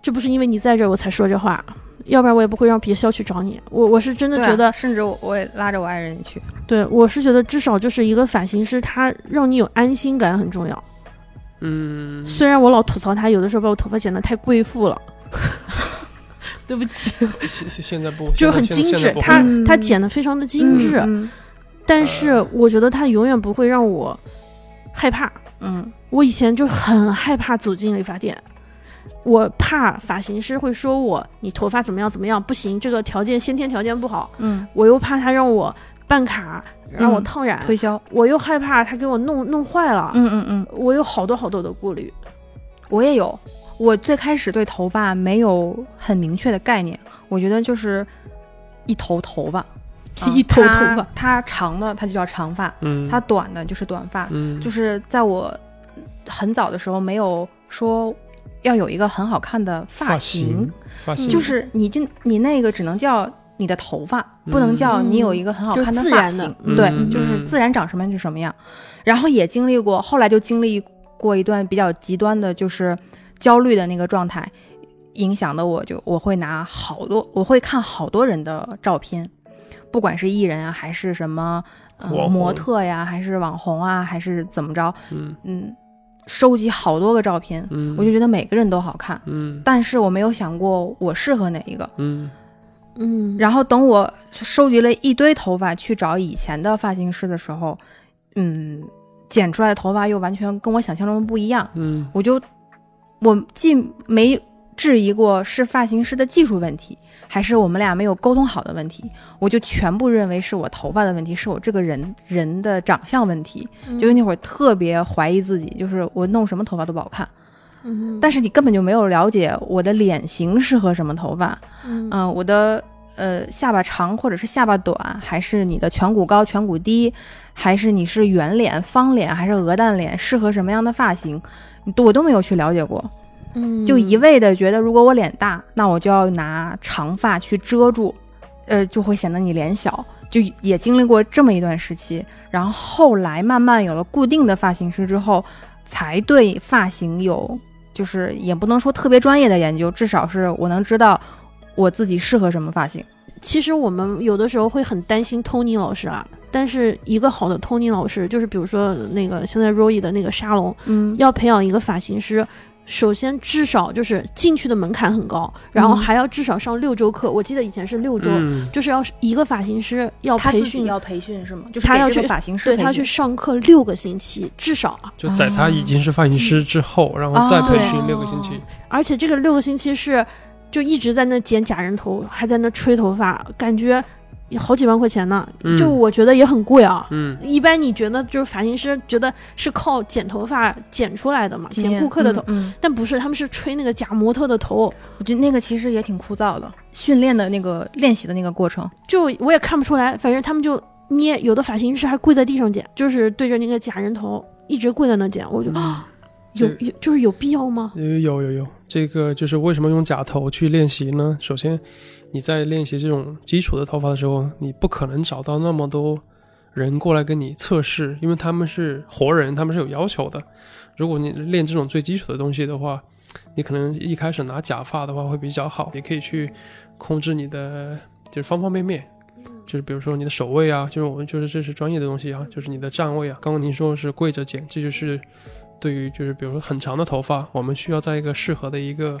B: 这不是因为你在这儿我才说这话，要不然我也不会让别校去找你。我我是真的
A: 对啊
B: 觉得，
A: 甚至我我也拉着我爱人去。
B: 对我是觉得至少就是一个发型师，他让你有安心感很重要。
C: 嗯，
B: 虽然我老吐槽他有的时候把我头发剪得太贵妇了，对不起，
C: 现现现在不
B: 就是很
C: 现在
B: 精
C: 现在
B: 致，
C: 不
B: 他
C: 会
A: 嗯
B: 他剪得非常的精致，
A: 嗯
B: 但是我觉得他永远不会让我害怕。
A: 嗯
B: 我以前就很害怕走进理发店，我怕发型师会说我你头发怎么样怎么样不行，这个条件先天条件不好，
A: 嗯，
B: 我又怕他让我办卡，让我烫染，
A: 推销。
B: 我又害怕他给我弄弄坏了，
A: 嗯嗯嗯，
B: 我有好多好多的 顾虑。
A: 我也有。我最开始对头发没有很明确的概念，我觉得就是一头头 发，啊
B: 一头头发
A: 它它长的它就叫长发，
C: 嗯，
A: 它短的就是短发。
C: 嗯
A: 就是在我很早的时候，没有说要有一个很好看的
C: 发
A: 型，
C: 型发型
A: 就是你这你那个只能叫你的头发，不能叫你有一个很好看
B: 就是自
A: 发
B: 然的
A: 型。
B: 嗯
A: 对，
C: 嗯
A: 就是自然长什么样就什么样。然后也经历过，后来就经历过一段比较极端的，就是焦虑的那个状态，影响的我就我会拿好多，我会看好多人的照片，不管是艺人啊，还是什么、呃
C: 网红
A: 模特呀，还是网红啊，还是怎么着，
C: 嗯
A: 嗯，收集好多个照片，
C: 嗯，
A: 我就觉得每个人都好看。
C: 嗯
A: 但是我没有想过我适合哪一个。
C: 嗯
B: 嗯，
A: 然后等我收集了一堆头发去找以前的发型师的时候，嗯，剪出来的头发又完全跟我想象中的不一样，
C: 嗯
A: 我就我既没质疑过是发型师的技术问题，还是我们俩没有沟通好的问题，我就全部认为是我头发的问题，是我这个人人的长相问题。就是那会儿特别怀疑自己，就是我弄什么头发都不好看，
B: 嗯，
A: 但是你根本就没有了解我的脸型适合什么头发。
B: 嗯
A: 嗯、我的呃下巴长或者是下巴短，还是你的颧骨高、颧骨低，还是你是圆脸、方脸还是鹅蛋脸，适合什么样的发型，你都我都没有去了解过，
B: 嗯
A: 就一味的觉得如果我脸大，那我就要拿长发去遮住，呃，就会显得你脸小。就也经历过这么一段时期，然后后来慢慢有了固定的发型师之后，才对发型有，就是也不能说特别专业的研究，至少是我能知道我自己适合什么发型。
B: 其实我们有的时候会很担心 Tony 老师啊，但是一个好的 Tony 老师，就是比如说那个现在 Roy 的那个沙龙，
A: 嗯
B: 要培养一个发型师，首先至少就是进去的门槛很高，然后还要至少上六周课。我记得以前是六周，
C: 嗯
B: 就是要一个发型师要培训，
A: 培训是吗？就
B: 他
A: 给
B: 要
A: 这个
B: 去
A: 发型师
B: 对
A: 培
B: 他去
A: 训
B: 上课六个星期至少啊，
C: 就在他已经是发型师之后，然后再培训六个星期，
B: 而且这个六个星期是就一直在那剪假人头，还在那吹头发，感觉也好几万块钱呢，
C: 嗯
B: 就我觉得也很贵啊。
C: 嗯
B: 一般你觉得就是发型师觉得是靠剪头发剪出来的嘛，
A: 经验
B: 剪顾客的头，
A: 嗯，嗯
B: 但不是，他们是吹那个假模特的头，
A: 我觉得那个其实也挺枯燥的，训练的那个练习的那个过程。
B: 就我也看不出来，反正他们就捏，有的发型师还跪在地上剪，就是对着那个假人头一直跪在那剪，我就、啊，有有就是有必要吗？
C: 有呃有有有，这个就是为什么用假头去练习呢？首先，你在练习这种基础的头发的时候，你不可能找到那么多人过来跟你测试，因为他们是活人，他们是有要求的。如果你练这种最基础的东西的话，你可能一开始拿假发的话会比较好，你可以去控制你的就是方方面面。就是比如说你的手位啊，就是我们就是这是专业的东西啊，就是你的站位啊。刚刚您说是跪着剪，这就是对于就是比如说很长的头发，我们需要在一个适合的一个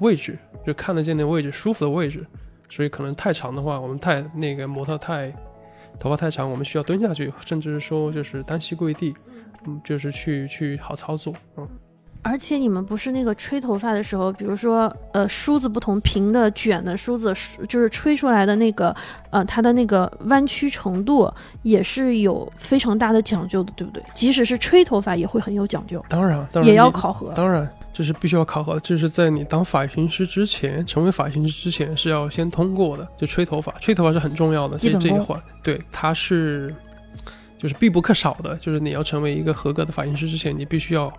C: 位置，就看得见的位置，舒服的位置。所以可能太长的话，我们太那个模特太头发太长，我们需要蹲下去，甚至说就是单膝跪地，嗯，就是去去好操作，嗯，
B: 而且你们不是那个吹头发的时候，比如说呃梳子不同，平的、卷的梳子，梳就是吹出来的那个呃它的那个弯曲程度也是有非常大的讲究的，对不对？即使是吹头发也会很有讲究，
C: 当然啊当然
B: 也要
C: 你
B: 考核。
C: 当然，这是必须要考核，这是在你当发型师之前，成为发型师之前是要先通过的。就吹头发，吹头发是很重要的，
A: 基
C: 这
A: 本
C: 这一
A: 功
C: 环，对，它是。就是必不可少的，就是你要成为一个合格的发型师之前，你必须要，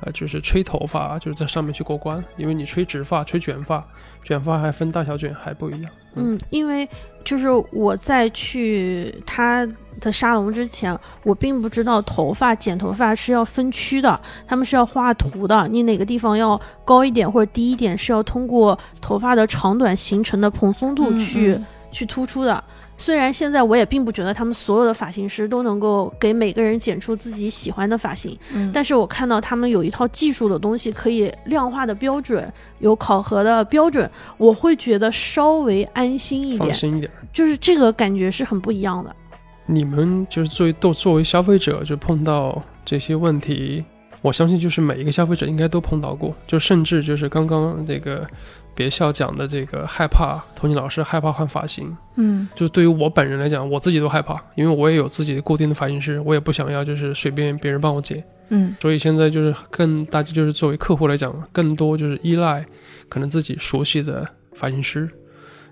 C: 呃，就是吹头发，就是在上面去过关，因为你吹直发、吹卷发，卷发还分大小卷还不一样。
B: 嗯，因为就是我在去他的沙龙之前，我并不知道头发剪头发是要分区的，他们是要画图的，你哪个地方要高一点或者低一点，是要通过头发的长短形成的蓬
A: 嗯
B: 松度去、去突出的。虽然现在我也并不觉得他们所有的发型师都能够给每个人剪出自己喜欢的发型，
A: 嗯
B: 但是我看到他们有一套技术的东西可以量化的标准，有考核的标准，我会觉得稍微安心一
C: 放
B: 点，
C: 心一点。
B: 就是这个感觉是很不一样的。
C: 你们就是作为都作为消费者，就碰到这些问题，我相信就是每一个消费者应该都碰到过，就甚至就是刚刚这个别笑讲的这个害怕，托尼老师害怕换发型，
A: 嗯
C: 就对于我本人来讲，我自己都害怕，因为我也有自己固定的发型师，我也不想要就是随便别人帮我剪。
A: 嗯
C: 所以现在就是更大家就是作为客户来讲，更多就是依赖可能自己熟悉的发型师，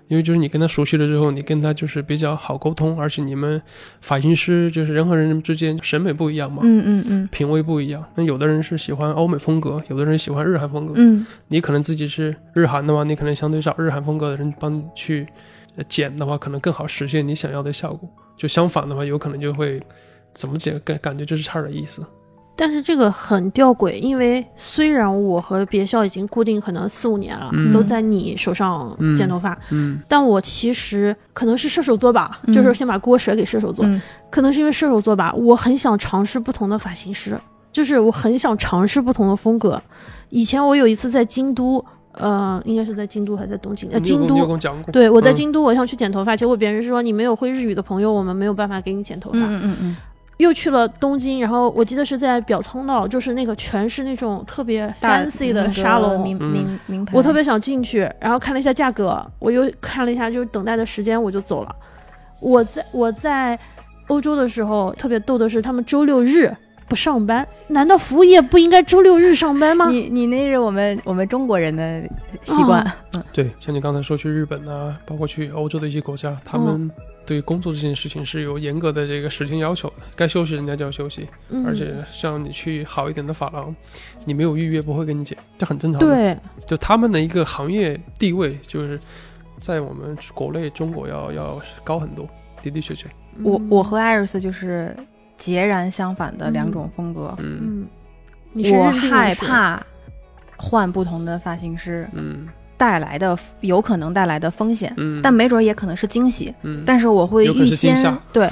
C: 因为就是你跟他熟悉了之后，你跟他就是比较好沟通，而且你们发型师就是人和人之间审美不一样嘛，
A: 嗯嗯嗯
C: 品味不一样。那有的人是喜欢欧美风格，有的人喜欢日韩风格。
A: 嗯
C: 你可能自己是日韩的话，你可能相对找日韩风格的人帮你去呃剪的话，可能更好实现你想要的效果。就相反的话，有可能就会怎么剪感感觉就是差点意思。
B: 但是这个很吊诡，因为虽然我和别校已经固定可能四五年了，
C: 嗯
B: 都在你手上剪头发，
C: 嗯。
B: 但我其实可能是射手座吧，
A: 嗯
B: 就是先把锅甩给射手座，
A: 嗯
B: 可能是因为射手座吧，我很想尝试不同的发型师，就是我很想尝试不同的风格。以前我有一次在京都，呃，应该是在京都还是在东京，呃，
C: 你有
B: 京
C: 跟你有跟
B: 都。
C: 我讲过，
B: 对，我在
C: 嗯
B: 京都，我想去剪头发，结果别人说你没有会日语的朋友，我们没有办法给你剪头发。
A: 嗯嗯
B: 又去了东京，然后我记得是在表参道，就是那个全是那种特别 fancy 的沙龙，
A: 名
C: 嗯
A: 名名牌，
B: 我特别想进去，然后看了一下价格，我又看了一下就是等待的时间，我就走了。我在我在欧洲的时候，特别逗的是，他们周六日不上班，难道服务业不应该周六日上班吗？
A: 你你那是我们我们中国人的习惯，
C: 对，像你刚才说去日本啊，包括去欧洲的一些国家，他
A: 哦
C: 们对于工作这件事情是有严格的这个时间要求的，该休息人家就要休息，
B: 嗯，
C: 而且像你去好一点的发廊，你没有预约不会给你剪，这很正常。，
B: 对，
C: 就他们的一个行业地位就是在我们国内中国要要高很多，的的确确，
A: 我
B: 嗯
A: 我和艾瑞斯就是截然相反的两种风格。
C: 嗯
B: 嗯，你是
A: 我
B: 认定了
A: 害
B: 是
A: 怕换不同的发型师
C: 嗯
A: 带来的有可能带来的风险，
C: 嗯，
A: 但没准儿也可能是惊喜。
C: 嗯，
A: 但是我会
C: 有可能
A: 预
C: 是惊吓
A: 先对，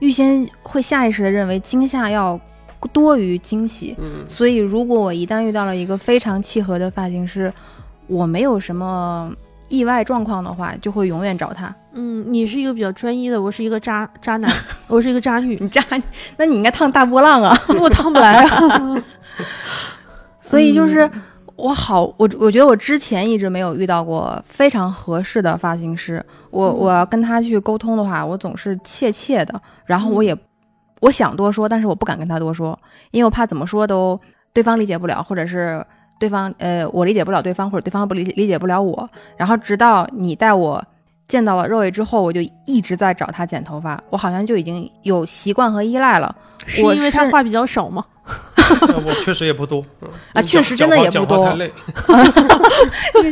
A: 预先会下意识的认为惊吓要多于惊喜。
C: 嗯
A: 所以，如果我一旦遇到了一个非常契合的发型师，我没有什么意外状况的话，就会永远找他。
B: 嗯，你是一个比较专一的，我是一个渣渣 男，我是一个渣女，
A: 你这样，那你应该烫大波浪啊！
B: 我烫不来啊。
A: 所以就是
B: 嗯
A: 我好，我我觉得我之前一直没有遇到过非常合适的发型师。我
B: 嗯
A: 我要跟他去沟通的话，我总是怯怯的，然后我
B: 嗯
A: 也、我想多说，但是我不敢跟他多说，因为我怕怎么说都对方理解不了，或者是对方呃我理解不了对方，或者对方不理理解不了我。然后直到你带我见到了肉 o 之后，我就一直在找他剪头发，我好像就已经有习惯和依赖了。
B: 是
A: 我
B: 因为他
A: 是
B: 话比较少吗？
C: 但我确实也不多嗯
A: 啊确实真的也不
C: 讲话
A: 多
C: 太累，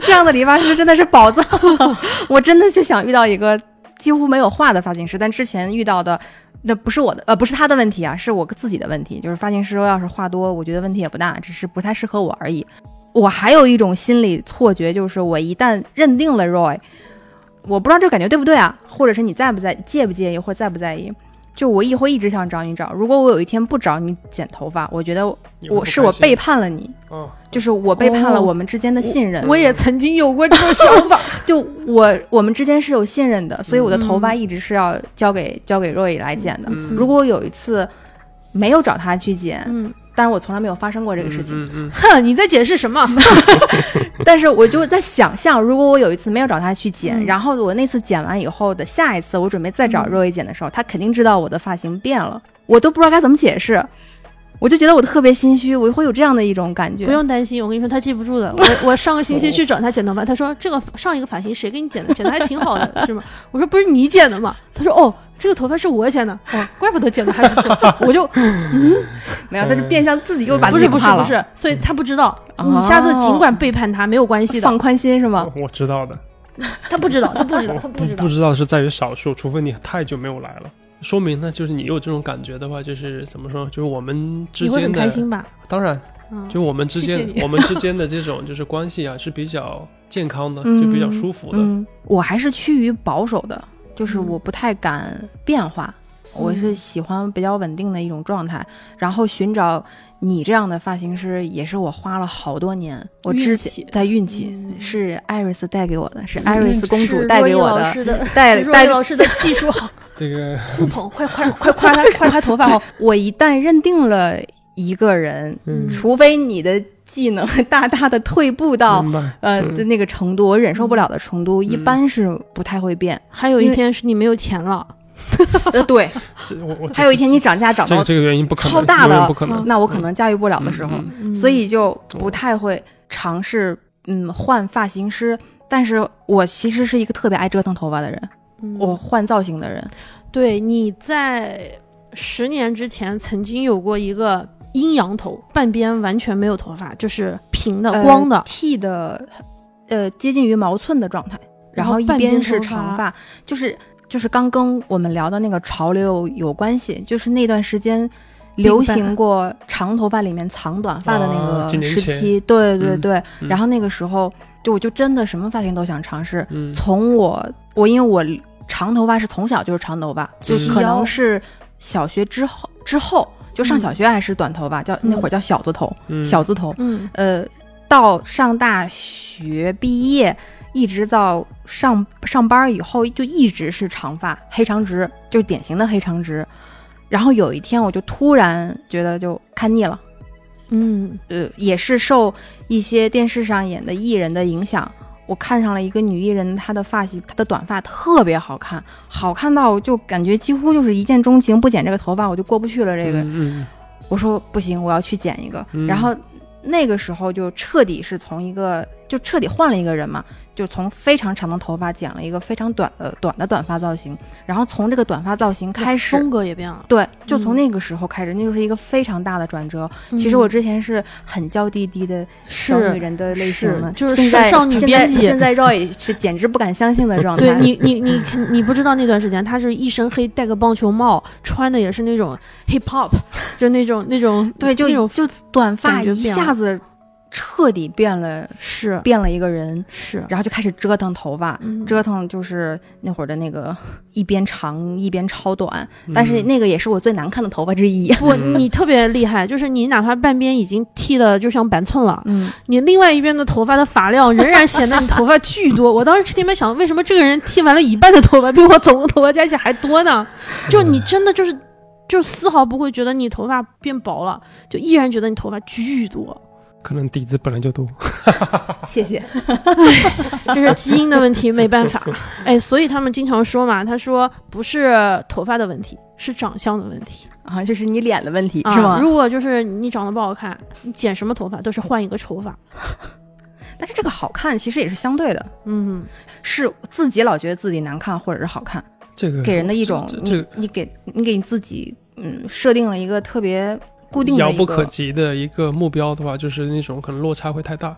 A: 这样的理发师真的是宝藏， 我真的就想遇到一个几乎没有话的发型师，但之前遇到的。那不是我的，呃，不是他的问题啊，是我自己的问题。就是发型师要是话多，我觉得问题也不大，只是不太适合我而已。我还有一种心理错觉，就是我一旦认定了 Roy，我不知道这感觉对不对啊，或者是你在不在介不介意或在不在意，就我一会一直想找你找。如果我有一天不找你剪头发，我觉得
C: 你会
A: 我
C: 不
A: 是
C: 开
A: 我
C: 心
A: 背叛了你，
C: 啊，
A: 就是我背叛了
B: 哦
A: 我们之间的信任。
B: 我也曾经有过这种想法，
A: 就我我们之间是有信任的，所以我的头发
B: 嗯
A: 一直是要交给交给若雨来剪的。
C: 嗯
A: 如果我有一次没有找他去剪，
B: 嗯，
A: 但是我从来没有发生过这个事情，
C: 嗯嗯
B: 哼，你在解释什么？
A: 但是我就在想象，如果我有一次没有找他去剪，
B: 嗯
A: 然后我那次剪完以后的下一次，我准备再找
B: 嗯
A: 若雨剪的时候，他肯定知道我的发型变了，我都不知道该怎么解释，我就觉得我特别心虚，我会有这样的一种感觉。
B: 不用担心，我跟你说，他记不住 的。我我上个星期去找他剪头发，他说这个上一个发型谁给你剪的？剪的还挺好的，是吗？我说不是你剪的吗？他说哦，这个头发是我剪的，哦，怪不得剪的还 不错。我就
A: 没有，他就变相自己又把
B: 不
A: 自己
B: 是嗯不是
A: 怕
B: 不
A: 了，
B: 是，所以他不知道。
A: 嗯
B: 你下次尽管背叛他，没有关系的。
A: 放宽心是吗？
C: 我知道的，
B: 他不知道，他不 知道，他
C: 不
B: 知道
C: 不。知道是在于少数，除非你太久没有来了。说明呢，就是你有这种感觉的话，就是怎么说，就是我们之
B: 你会
C: 间
B: 很
C: 的
B: 开，心吧？
C: 当然
B: 嗯，
C: 就我们之间，
B: 谢谢你
C: 我们之间的这种就是关系啊，是比较健康的，
A: 嗯
C: 就比较舒服的。
A: 嗯，我还是趋于保守的，就是
B: 嗯
A: 我不太敢变化，我是
B: 嗯
A: 喜欢比较稳定的一种状态。然后寻找你这样的发型师，也是我花了好多年。我
B: 运
A: 之
B: 气
A: 前在运气
B: 嗯
A: 是艾瑞斯带给我的，是
C: 嗯
A: 艾瑞斯公主
B: 是
A: 带
B: 若
A: 给
B: 英
A: 我
B: 老
A: 的，
B: 师的，
A: 带
B: 是若
A: 带
B: 英老师的技术 好，
C: 这个
B: 不捧，快快快夸他，快夸头发好。
A: 我一旦认定了一个人，
C: 嗯
A: 除非你的技能大大的退步到。
C: 明白，
A: 呃，
C: 嗯
A: 的那个程度，我忍受不了的程度，一般是不太会变。
B: 还有一
A: 因为
B: 天是你没有钱了，
A: 呃，对，
C: 这我我
A: 还有一天你涨价涨
C: 这
A: 到
C: 个这个原因不可能，
A: 超大的
C: 永远不可能。
A: 那我可能驾驭不了的时候，
C: 嗯
B: 嗯
A: 所以就不太会尝试嗯换发型师。但是我其实是一个特别爱折腾头发的人，
B: 嗯
A: 我换造型的人，
B: 对你在十年之前曾经有过一个阴阳头，半边完全没有头发，就是平的、
A: 呃
B: 光的，
A: 剃的，呃，接近于毛寸的状态，然
B: 然后
A: 后一
B: 半边
A: 边是
B: 头
A: 长
B: 发
A: 发，就是就是刚跟我们聊的那个潮流有关系，就是那段时间。流
B: Bang
A: 行过长头发里面藏短发的
C: 啊
A: 那
C: 几
A: 个
C: 年
A: 时
C: 前
A: 期，对对
C: 嗯
A: 对。
C: 嗯
A: 然后那个时候，就我就真的什么发型都想尝试，
C: 嗯，
A: 从我我因为我长头发是从小就是长头发，就
B: 齐
A: 可
B: 腰嗯
A: 能是小学之后之后就上小学还是短头发，叫那会儿叫小字头，
C: 嗯
A: 小字头。
B: 嗯，
A: 呃，到上大学毕业，一直到上上班以后，就一直是长发，黑长直，就典型的黑长直。然后有一天，我就突然觉得就看腻了。
B: 嗯，
A: 呃，也是受一些电视上演的艺人的影响，我看上了一个女艺人，她的发型，她的短发特别好看，好看到就感觉几乎就是一见钟情，不剪这个头发我就过不去了。这个，
C: 嗯嗯
A: 我说不行，我要去剪一个。
C: 嗯
A: 然后那个时候就彻底是从一个就彻底换了一个人嘛，就从非常长的头发剪了一个非常短的短的短发造型，然后从这个短发造型开始
B: 风。格也变了。
A: 对，就从
B: 嗯
A: 那个时候开始，那就是一个非常大的转折。其实我
B: 嗯
A: 之前是很娇滴滴的小
B: 是
A: 女人的类型
B: 是
A: 的，
B: 就是
A: 现
B: 是
A: 在
B: 少女
A: 现在
B: 编辑
A: 现在 Roy 是简直不敢相信的状态。
B: 对你，你你你不知道那段时间，他是一身黑，戴个棒球帽，穿的也是那种 hip hop，就那种那种
A: 对
B: 那
A: 就
B: 种
A: 就短发
B: 感觉
A: 一
B: 变了
A: 下子彻底变了，
B: 是
A: 变了一个人，
B: 是，
A: 然后就开始折腾头发。
B: 嗯
A: 折腾就是那会儿的那个一边长一边超短，但是那个也是我最难看的头发之一。
B: 不，
C: 嗯
B: 你特别厉害，就是你哪怕半边已经剃的就像板寸了，
A: 嗯，
B: 你另外一边的头发的发量仍然显得你头发巨多。 我当时心里面想，为什么这个人剃完了一半的头发比我总共头发加起来还多呢？就你真的就是，就丝毫不会觉得你头发变薄了，就依然觉得你头发巨多。
C: 可能底子本来就多，
A: 谢谢。
B: 这是基因的问题，没办法。哎，所以他们经常说嘛，他说不是头发的问题，是长相的问题，
A: 啊，就是你脸的问题、
B: 啊
A: 是吗？
B: 如果就是你长得不好看，你剪什么头发都是换一个丑法。
A: 但是这个好看其实也是相对的，
B: 嗯，
A: 是自己老觉得自己难看或者是好看，
C: 这个
A: 给人的一种
C: 这这
A: 你你给你给你自己嗯设定了一个特别固定的
C: 遥
A: 一
C: 不可
A: 个
C: 及的一个目标的话，就是那种可能落差会太大。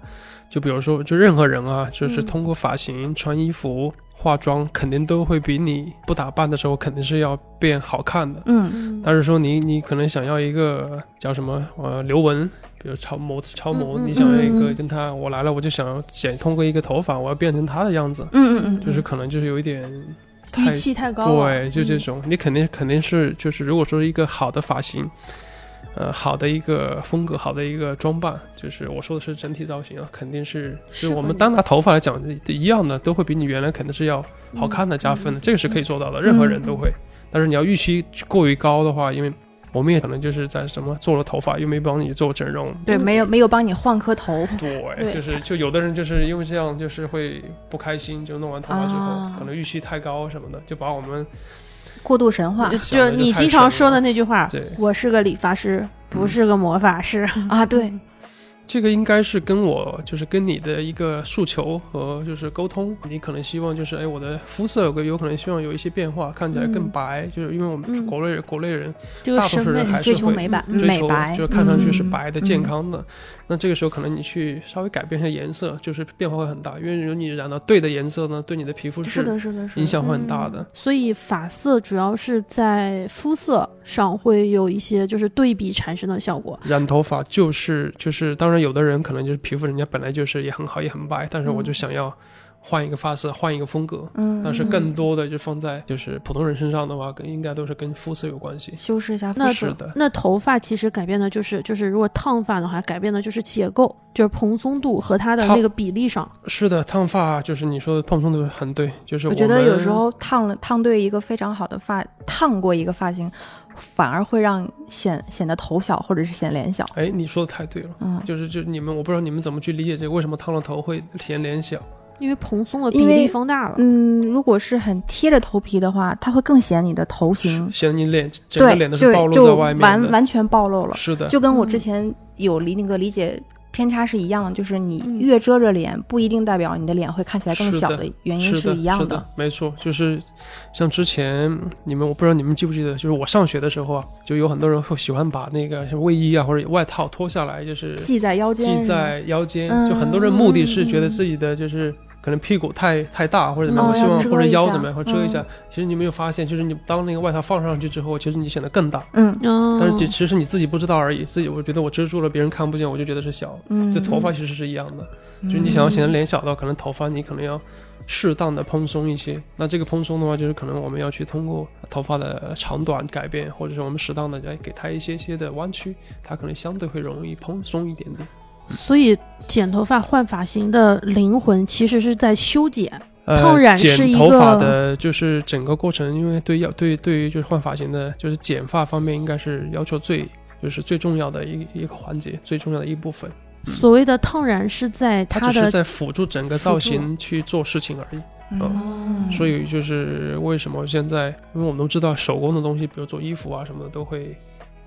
C: 就比如说，就任何人啊，就是
B: 嗯
C: 通过发型、穿衣服、化妆，肯定都会比你不打扮的时候肯定是要变好看的。
A: 嗯
C: 但是说你你可能想要一个叫什么呃刘雯，比如超模超模，
B: 嗯嗯
C: 你想要一
B: 嗯
C: 个
B: 嗯
C: 跟她，我来了我就想要剪通过一个头发，我要变成她的样子，
A: 嗯嗯嗯，
C: 就是可能就是有一点太
B: 预期太高了，嗯
C: 对，就这种，你肯定肯定是就是，如果说一个好的发型，呃，好的一个风格，好的一个装扮，就是我说的是整体造型啊，肯定是，
B: 适
C: 就
B: 合
C: 我们
B: 你
C: 单拿头发来讲，一样的都会比你原来肯定是要
B: 嗯
C: 好看的加分的，这个是可以做到的，任何人都会。但是你要预期过于高的话，因为我们也可能就是在什么做了头发，又没帮你做整容，
A: 对，没有没有帮你换颗头，
C: 对，
B: 对
C: 就是就有的人就是因为这样，就是会不开心，就弄完头发之
A: 啊
C: 后，可能预期太高什么的，就把我们
A: 过度神话
B: 就
C: 想的
B: 是
C: 就
B: 你
C: 太
B: 经
C: 深
B: 常说
C: 了
B: 的那句话
C: 对。嗯
B: 我是个理发师，不是个魔法师。
A: 啊，对，
C: 这个应该是跟我就是跟你的一个诉求和就是沟通，你可能希望就是哎我的肤色有个有可能希望有一些变化，看起来更
B: 嗯
C: 白，就是因为我们
B: 嗯
C: 国内人国内人
B: 这个
C: 大多
B: 审
C: 数人
B: 美
C: 还是
A: 追求
C: 会
A: 美白、
B: 嗯
C: 追
A: 美
C: 求
A: 白，
C: 就是看上去是
A: 嗯
C: 白的、健。
A: 嗯
C: 康的。那这个时候可能你去稍微改变一下颜色，就是变化会很大，因为如果你染到对的颜色呢，对你的皮肤
A: 是的，是的，是的
C: 影响会很大的。
B: 嗯所以发色主要是在肤色上会有一些就是对比产生的效果。
C: 染头发就是就是，当然有的人可能就是皮肤人家本来就是也很好也很白，但是我就
B: 嗯
C: 想要换一个发色，换一个风格。
A: 嗯，
C: 但是
A: 嗯
C: 更
A: 嗯
C: 多的就放在就是普通人身上的话，跟应该都是跟肤色有关系。
A: 修饰一下肤
B: 那
A: 色
C: 是的，
B: 那头发其实改变的就是就是如果烫发的话，改变的就是结构，就是蓬松度和它的
C: 烫
B: 那个比例上。
C: 是的，烫发就是你说的蓬松度很对，就是
A: 我
C: 我
A: 觉得有
C: 们
A: 时候烫了烫对一个非常好的发，烫过一个发型，反而会让显显得头小或者是显脸小。
C: 哎，你说的太对了，
A: 嗯，
C: 就是就你们，我不知道你们怎么去理解这个，为什么烫了头会显脸小？
B: 因为蓬松的比
A: 因为
B: 例放大了，
A: 嗯，如果是很贴着头皮的话，它会更显你的头型，
C: 显你脸整个
A: 对，
C: 脸都
A: 就是
C: 暴露
A: 就
C: 在外面
A: 完
C: 的，
A: 完全暴露了。
C: 是的，
A: 就跟我之
B: 嗯
A: 前有理那个理解偏差是一样的，就是你
B: 嗯
A: 越遮着脸，不一定代表你的脸会看起来更
C: 是
A: 小
C: 的
A: 的原因
C: 是的，
A: 一样
C: 是的，没错，就是像之前你们，我不知道你们记不记得，就是我上学的时候啊，就有很多人会喜欢把那个什么卫衣啊或者外套脱下来，就是
A: 系在腰间，
C: 系在腰间，
A: 嗯
C: 就很多人目的是觉得自己的就是。可能屁股太太大或者怎么
B: 嗯
C: 样，我希望
A: 要遮
C: 或者
A: 一
C: 腰
A: 下嗯
C: 怎么样，或者遮一下。其实你有没有发现，就是你当那个外套放上去之后，其实你显得更大，
A: 嗯
B: 嗯，
C: 但是其其实你自己不知道而已。自己我觉得我遮住了，别人看不见，我就觉得是小。
A: 嗯，
C: 这头发其实是一样的，
A: 嗯，
C: 就是你想要显得脸小的话，可能头发你可能要适当的蓬松一些。那这个蓬松的话，就是可能我们要去通过头发的长短改变，或者是我们适当的来给它一些些的弯曲，它可能相对会容易蓬松一点点。
B: 所以剪头发换发型的灵魂其实是在修剪。
C: 呃，
B: 烫染是
C: 剪
B: 一
C: 头发
B: 个
C: 的就是整个过程，因为对要对对于就是换发型的，就是剪发方面应该是要求最就是最重要的一一个环节，最重要的一部分。
B: 所谓的烫染是在
C: 嗯它只
B: 的
C: 是在辅助整个
B: 辅
C: 造
B: 助
C: 型去做事情而已。
A: 嗯，
C: 所以就是为什么现在，因为我们都知道手工的东西，比如做衣服啊什么的，都会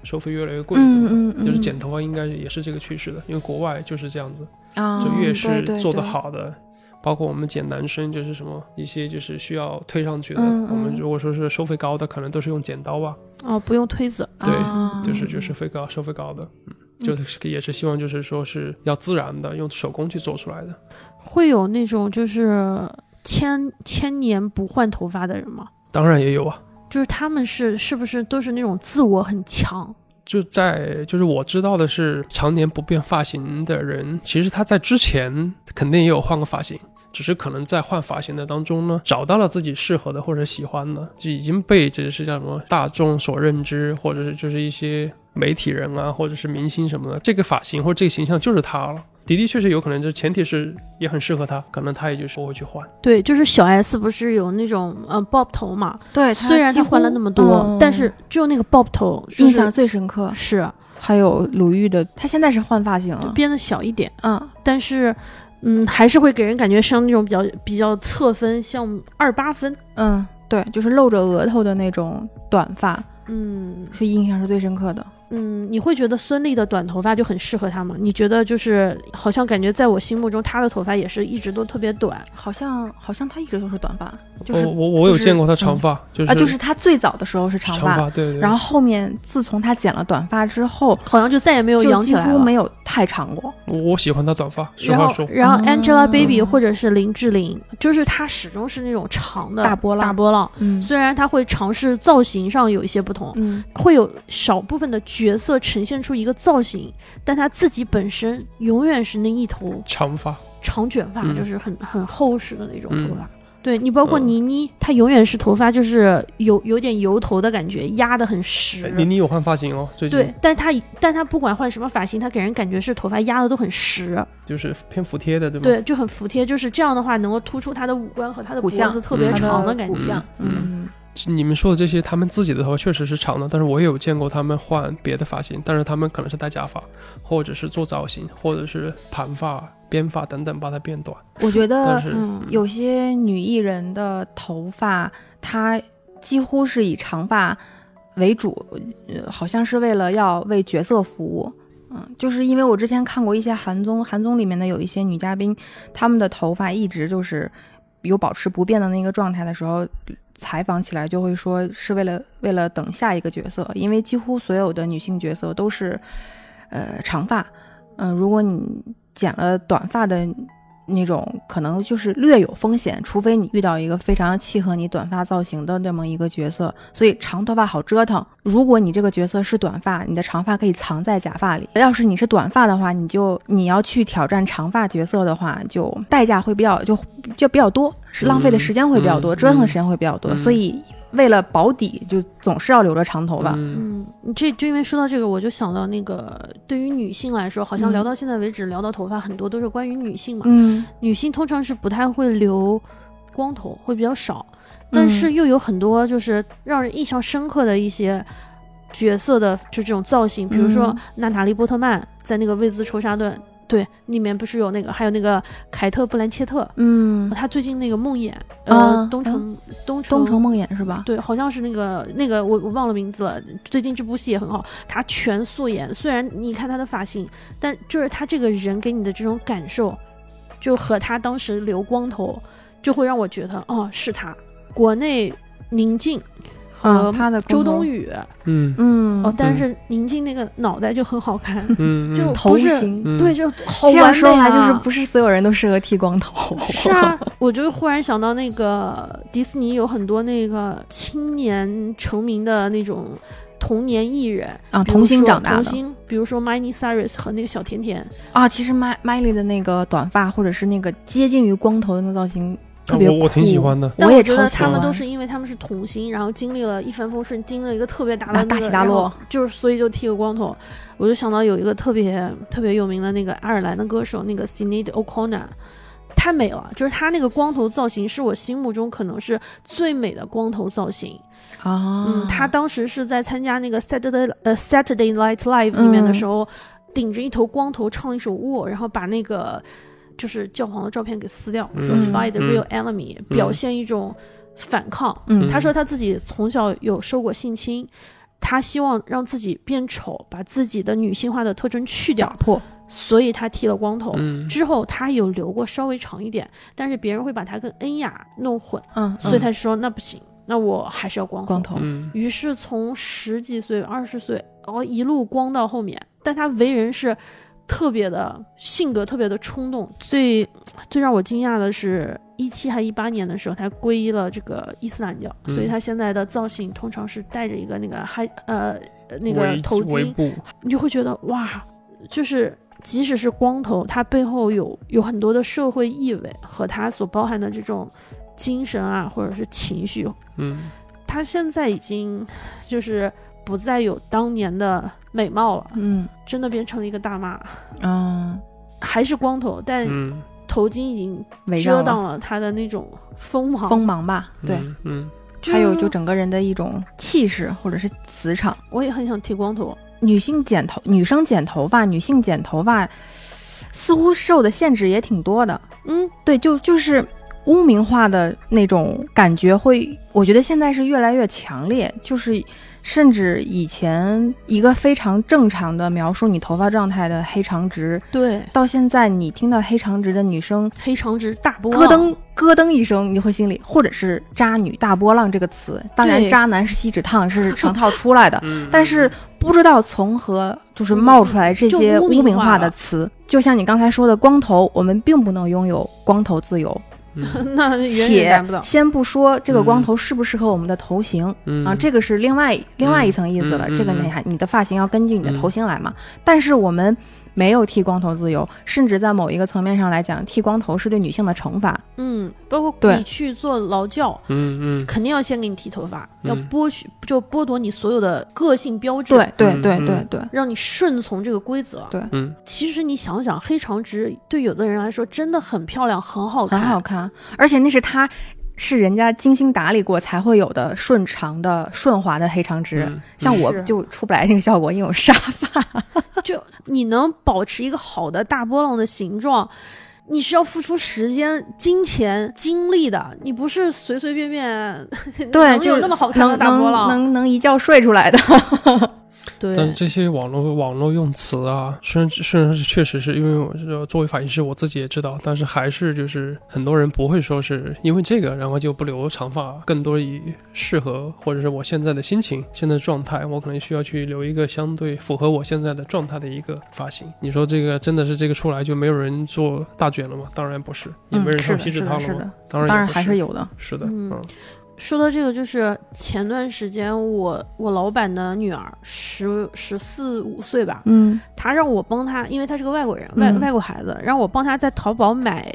C: 收费越来越贵。对吧
A: 嗯嗯，
C: 就是
A: 嗯
C: 剪头发应该也是这个趋势的，因为国外就是这样子，
A: 啊，
C: 就越
A: 对
C: 是
A: 对
C: 做
A: 对
C: 得好的，包括我们剪男生就是什么一些就是需要推上去的，
A: 嗯
C: 我
A: 嗯
C: 们如果说是收费高的，可能都是用剪刀吧，
B: 哦，不用推子，
C: 对
A: 啊
C: 就是就是费高收费高的，嗯，就是也是希望就是说是要自然的，用手工去做出来的。
B: 会有那种就是千千年不换头发的人吗？
C: 当然也有啊，
B: 就是他们是是不是都是那种自我很强？
C: 就在就是我知道的是，常年不变发型的人，其实他在之前肯定也有换过发型，只是可能在换发型的当中呢，找到了自己适合的或者喜欢的，就已经被这是叫什么大众所认知，或者是就是一些媒体人啊，或者是明星什么的，这个发型或者这个形象就是他了。的的确确有可能，就前提是也很适合他，可能他也就是不会去换。
B: 对，就是小 S 不是有那种呃 bob 头嘛？
A: 对，它
B: 虽然
A: 几
B: 她换了
A: 乎
B: 那么多，
A: 嗯
B: 但是只有那个 bob 头、就是、
A: 印象最深刻。
B: 是
A: 还有鲁豫的，她现在是换发型
B: 就
A: 了，
B: 变得小一点，
A: 嗯，
B: 但是嗯，还是会给人感觉像那种比较比较侧分，像二八分。
A: 嗯，对，就是露着额头的那种短发，
B: 嗯
A: 是印象是最深刻的。
B: 嗯，你会觉得孙俪的短头发就很适合她吗？你觉得就是好像感觉在我心目中，她的头发也是一直都特别短。
A: 好像好像她一直都是短发，就是
C: 我我我有
A: 就是
C: 见过他长
A: 嗯
C: 发，哦就是、
A: 啊，就是她最早的时候是
C: 长
A: 长发，
C: 对对。
A: 然后后面自从她剪了短发之后，
B: 好像就再也没有
A: 就
B: 扬起
A: 几
B: 来
A: 乎
B: 了。
A: 没有太长过。
C: 我我喜欢他短发，实
B: 然
C: 话
B: 后
C: 说，，
B: 然后
A: 嗯
B: Angelababy 或者是林志玲，就是她始终是那种长的
A: 大波浪
B: 大波浪。
A: 嗯
B: 虽然她会尝试造型上有一些不同，
A: 嗯，
B: 会有少部分的角色呈现出一个造型，但她自己本身永远是那一头
C: 长发。
B: 长卷发，
C: 嗯
B: 就是很很厚实的那种头发。
C: 嗯
B: 对你，包括
C: 嗯
B: 倪妮，她永远是头发就是有有点油头的感觉，压得很实
C: 哎。倪妮有换发型哦，最
B: 嗯
C: 近
B: 对，但她但她不管换什么发型，她给人感觉是头发压的都很实。
C: 就是偏服帖的，对吗？
B: 对，就很服帖，就是这样的话能够突出他的五官和他的
A: 骨
B: 脖
A: 相
B: 子特别
C: 嗯
B: 长
A: 她的
B: 感
A: 骨
B: 觉。
A: 相，
C: 嗯你们说的这些，他们自己的头发确实是长的，但是我也有见过他们换别的发型，但是他们可能是戴假发，或者是做造型，或者是盘发、编发等等，把它变短。
A: 我觉得
C: 但是、
B: 嗯
A: 有些女艺人的头发，她几乎是以长发为主，呃好像是为了要为角色服务。嗯，就是因为我之前看过一些韩综，韩综里面的有一些女嘉宾，她们的头发一直就是有保持不变的那个状态的时候，采访起来就会说是为了为了等下一个角色，因为几乎所有的女性角色都是呃长发，嗯、如果你剪了短发的那种，可能就是略有风险，除非你遇到一个非常契合你短发造型的那么一个角色，所以长头发好折腾。如果你这个角色是短发，你的长发可以藏在假发里；要是你是短发的话，你就你要去挑战长发角色的话，就代价会比较就就比较多，是浪费的时间会比较多，
C: 嗯
A: 折腾的时间会比较多，
C: 嗯
A: 所以。为了保底，就总是要留着长头发。
C: 嗯
B: 嗯，你这就因为说到这个，我就想到那个，对于女性来说，好像
A: 嗯
B: 聊到现在为止，聊到头发很多都是关于女性嘛。
A: 嗯，
B: 女性通常是不太会留光头，会比较
A: 嗯
B: 少，但是又有很多就是让人印象深刻的一些角色的就这种造型，比如说
A: 嗯
B: 娜塔莉波特曼在那个《未知仇杀盾》对里面不是有那个，还有那个凯特布兰切特，
A: 嗯，
B: 她最近那个梦魇，
A: 啊嗯
B: 呃，东城东城
A: 东城梦魇是吧？
B: 对，好像是那个那个我我忘了名字了。最近这部戏也很好，他全素颜，虽然你看他的发型，但就是他这个人给你的这种感受，就和他当时留光头，就会让我觉得哦是他。国内宁静
A: 啊，
B: 和
A: 他的
B: 嗯周
A: 公
B: 冬
A: 公，
B: 雨、
C: 嗯
A: 嗯，
B: 哦，但是宁静那个脑袋就很好看，
C: 嗯，
B: 就
C: 嗯
A: 头
B: 不是
A: 型，
C: 嗯
B: 对，就好
A: 这
B: 完美、啊、
A: 样说来，就是不 是所有人都适合剃光头。
B: 是啊，我就忽然想到那个迪士尼有很多那个青年成名的那种童年艺人，
A: 啊，
B: 比如
A: 童星
B: 说
A: 长大
B: 童
A: 的
B: 星，比如说 Miley Cyrus 和那个小甜甜，
A: 啊，其实麦麦莉的那个短发，或者是那个接近于光头的那个造型，特别
C: 啊我我挺喜
A: 酷
C: 欢的，
B: 但
A: 我也
B: 觉
A: 超
B: 得
A: 喜
B: 他们都
A: 欢
B: 是因为他们是童星，然后经历了一帆风顺，经历了一个特别大的、
A: 那
B: 那
A: 啊
B: 个、
A: 大起大
B: 然后
A: 落
B: 就是所以就剃个光头。我就想到有一个特别特别有名的那个爱尔兰的歌手，那个 Sinead O'Connor。太美了，就是她那个光头造型是我心目中可能是最美的光头造型。
A: 啊。
B: 嗯，他当时是在参加那个 Saturday 呃 Saturday Night Live 里面的
A: 嗯
B: 时候，顶着一头光头唱一首《War》，然后把那个就是教皇的照片给撕掉，说
A: 嗯
B: Fight the
C: 嗯
B: real enemy，、表现一种反抗。
A: 嗯
B: 他说他自己从小有受过性侵，他希望让自己变丑，把自己的女性化的特征去掉，
A: 破，
B: 所以他剃了光头。
C: 嗯
B: 之后他有留过稍微长一点，但是别人会把他跟恩雅弄混，
A: 嗯，
B: 所以
A: 嗯
B: 他说那不行，那我还是要光头。
A: 光头，
C: 嗯
B: 于是从十几岁、二十岁，然后一路光到后面，但他为人是特别的性格特别的冲动。最最让我惊讶的是，一七还一八年的时候，他皈依了这个伊斯兰教，
C: 嗯
B: 所以他现在的造型通常是戴着一个那个还呃呃那个
C: 围
B: 头
C: 围
B: 巾，
C: 布，
B: 你就会觉得哇，就是。即使是光头，他背后有有很多的社会意味和他所包含的这种精神啊，或者是情绪
C: 嗯
B: 她现在已经就是不再有当年的美貌了，
A: 嗯
B: 真的变成了一个大妈，
A: 啊，
B: 还是光头，但
C: 嗯，
B: 头巾已经
A: 围
B: 遮
A: 绕
B: 挡
A: 了
B: 了她的那种锋芒。
A: 锋芒吧，对，
C: 嗯，嗯，
A: 还有就整个人的一种气势或者是磁场。
B: 我也很想剃光头，
A: 女性剪头，女生剪头发，女性剪头发，似乎受的限制也挺多的。
B: 嗯，
A: 对，就就是污名化的那种感觉会，我觉得现在是越来越强烈，就是甚至以前一个非常正常的描述你头发状态的黑长直，
B: 对，
A: 到现在你听到黑长直的女生
B: 黑长直大波
A: 咯
B: 浪，
A: 噔咯噔一声，你会心里或者是渣女大波浪这个词，当然
B: 对
A: 渣男是锡纸烫是成套出来的，
C: 嗯
A: 但是不知道从何就是冒出来这些
B: 嗯就污
A: 污
B: 名化
A: 名化的
B: 了
A: 词，就像你刚才说的光头，我们并不能拥有光头自由，
C: 嗯
B: 那远远
A: 且
B: 达不到。嗯
A: 先不说这个光头适不适合我们的头型、
C: 嗯
A: 啊，这个是另外另外一层意思了。
C: 嗯嗯
A: 这个
C: 嗯
A: 你还你的发型要根据你的
C: 嗯
A: 头型来嘛。但是我们没有剃光头自由，甚至在某一个层面上来讲，剃光头是对女性的惩罚。
B: 嗯，包括
A: 对
B: 你去做劳教，
C: 嗯嗯
B: 肯定要先给你剃头发，
C: 嗯
B: 要剥取就剥夺你所有的个性标志，
A: 对对
C: 嗯
A: 对
C: 嗯
A: 对对
B: 让你顺从这个规则。
A: 对，
C: 嗯
B: 其实你想想，黑长直对有的人来说真的很漂亮，很好看，
A: 很好看，而且那是他。是人家精心打理过才会有的顺长的顺滑的黑长直，
C: 嗯
A: 像我
B: 是
A: 就出不来那个效果，因为我 沙发。
B: 就你能保持一个好的大波浪的形状，你是要付出时间、金钱、精力的，你不是随随便便
A: 对，
B: 能有
A: 就
B: 那么好看的
A: 能
B: 大波
A: 能
B: 浪。
A: 能能一觉睡出来的。
B: 对，
C: 但这些网络网络用词啊，虽然虽然是确实是因为我知道作为发型师我自己也知道，但是还是就是很多人不会说是因为这个，然后就不留长发，更多以适合或者是我现在的心情、现在的状态，我可能需要去留一个相对符合我现在的状态的一个发型。你说这个真的是这个出来就没有人做大卷了吗？当然不是，也没人
A: 嗯是
C: 烫
A: 的，
C: 锡
A: 是
C: 纸烫
A: 的，是
C: 了吗？
A: 的，
C: 当然
A: 当然
C: 也不
A: 还
C: 是
A: 是有的。
C: 是的，
B: 嗯说到这个，就是前段时间我我老板的女儿十十四五岁吧，
A: 嗯，
B: 她让我帮她，因为她是个外国人，外、
A: 嗯
B: 外国孩子，让我帮她在淘宝买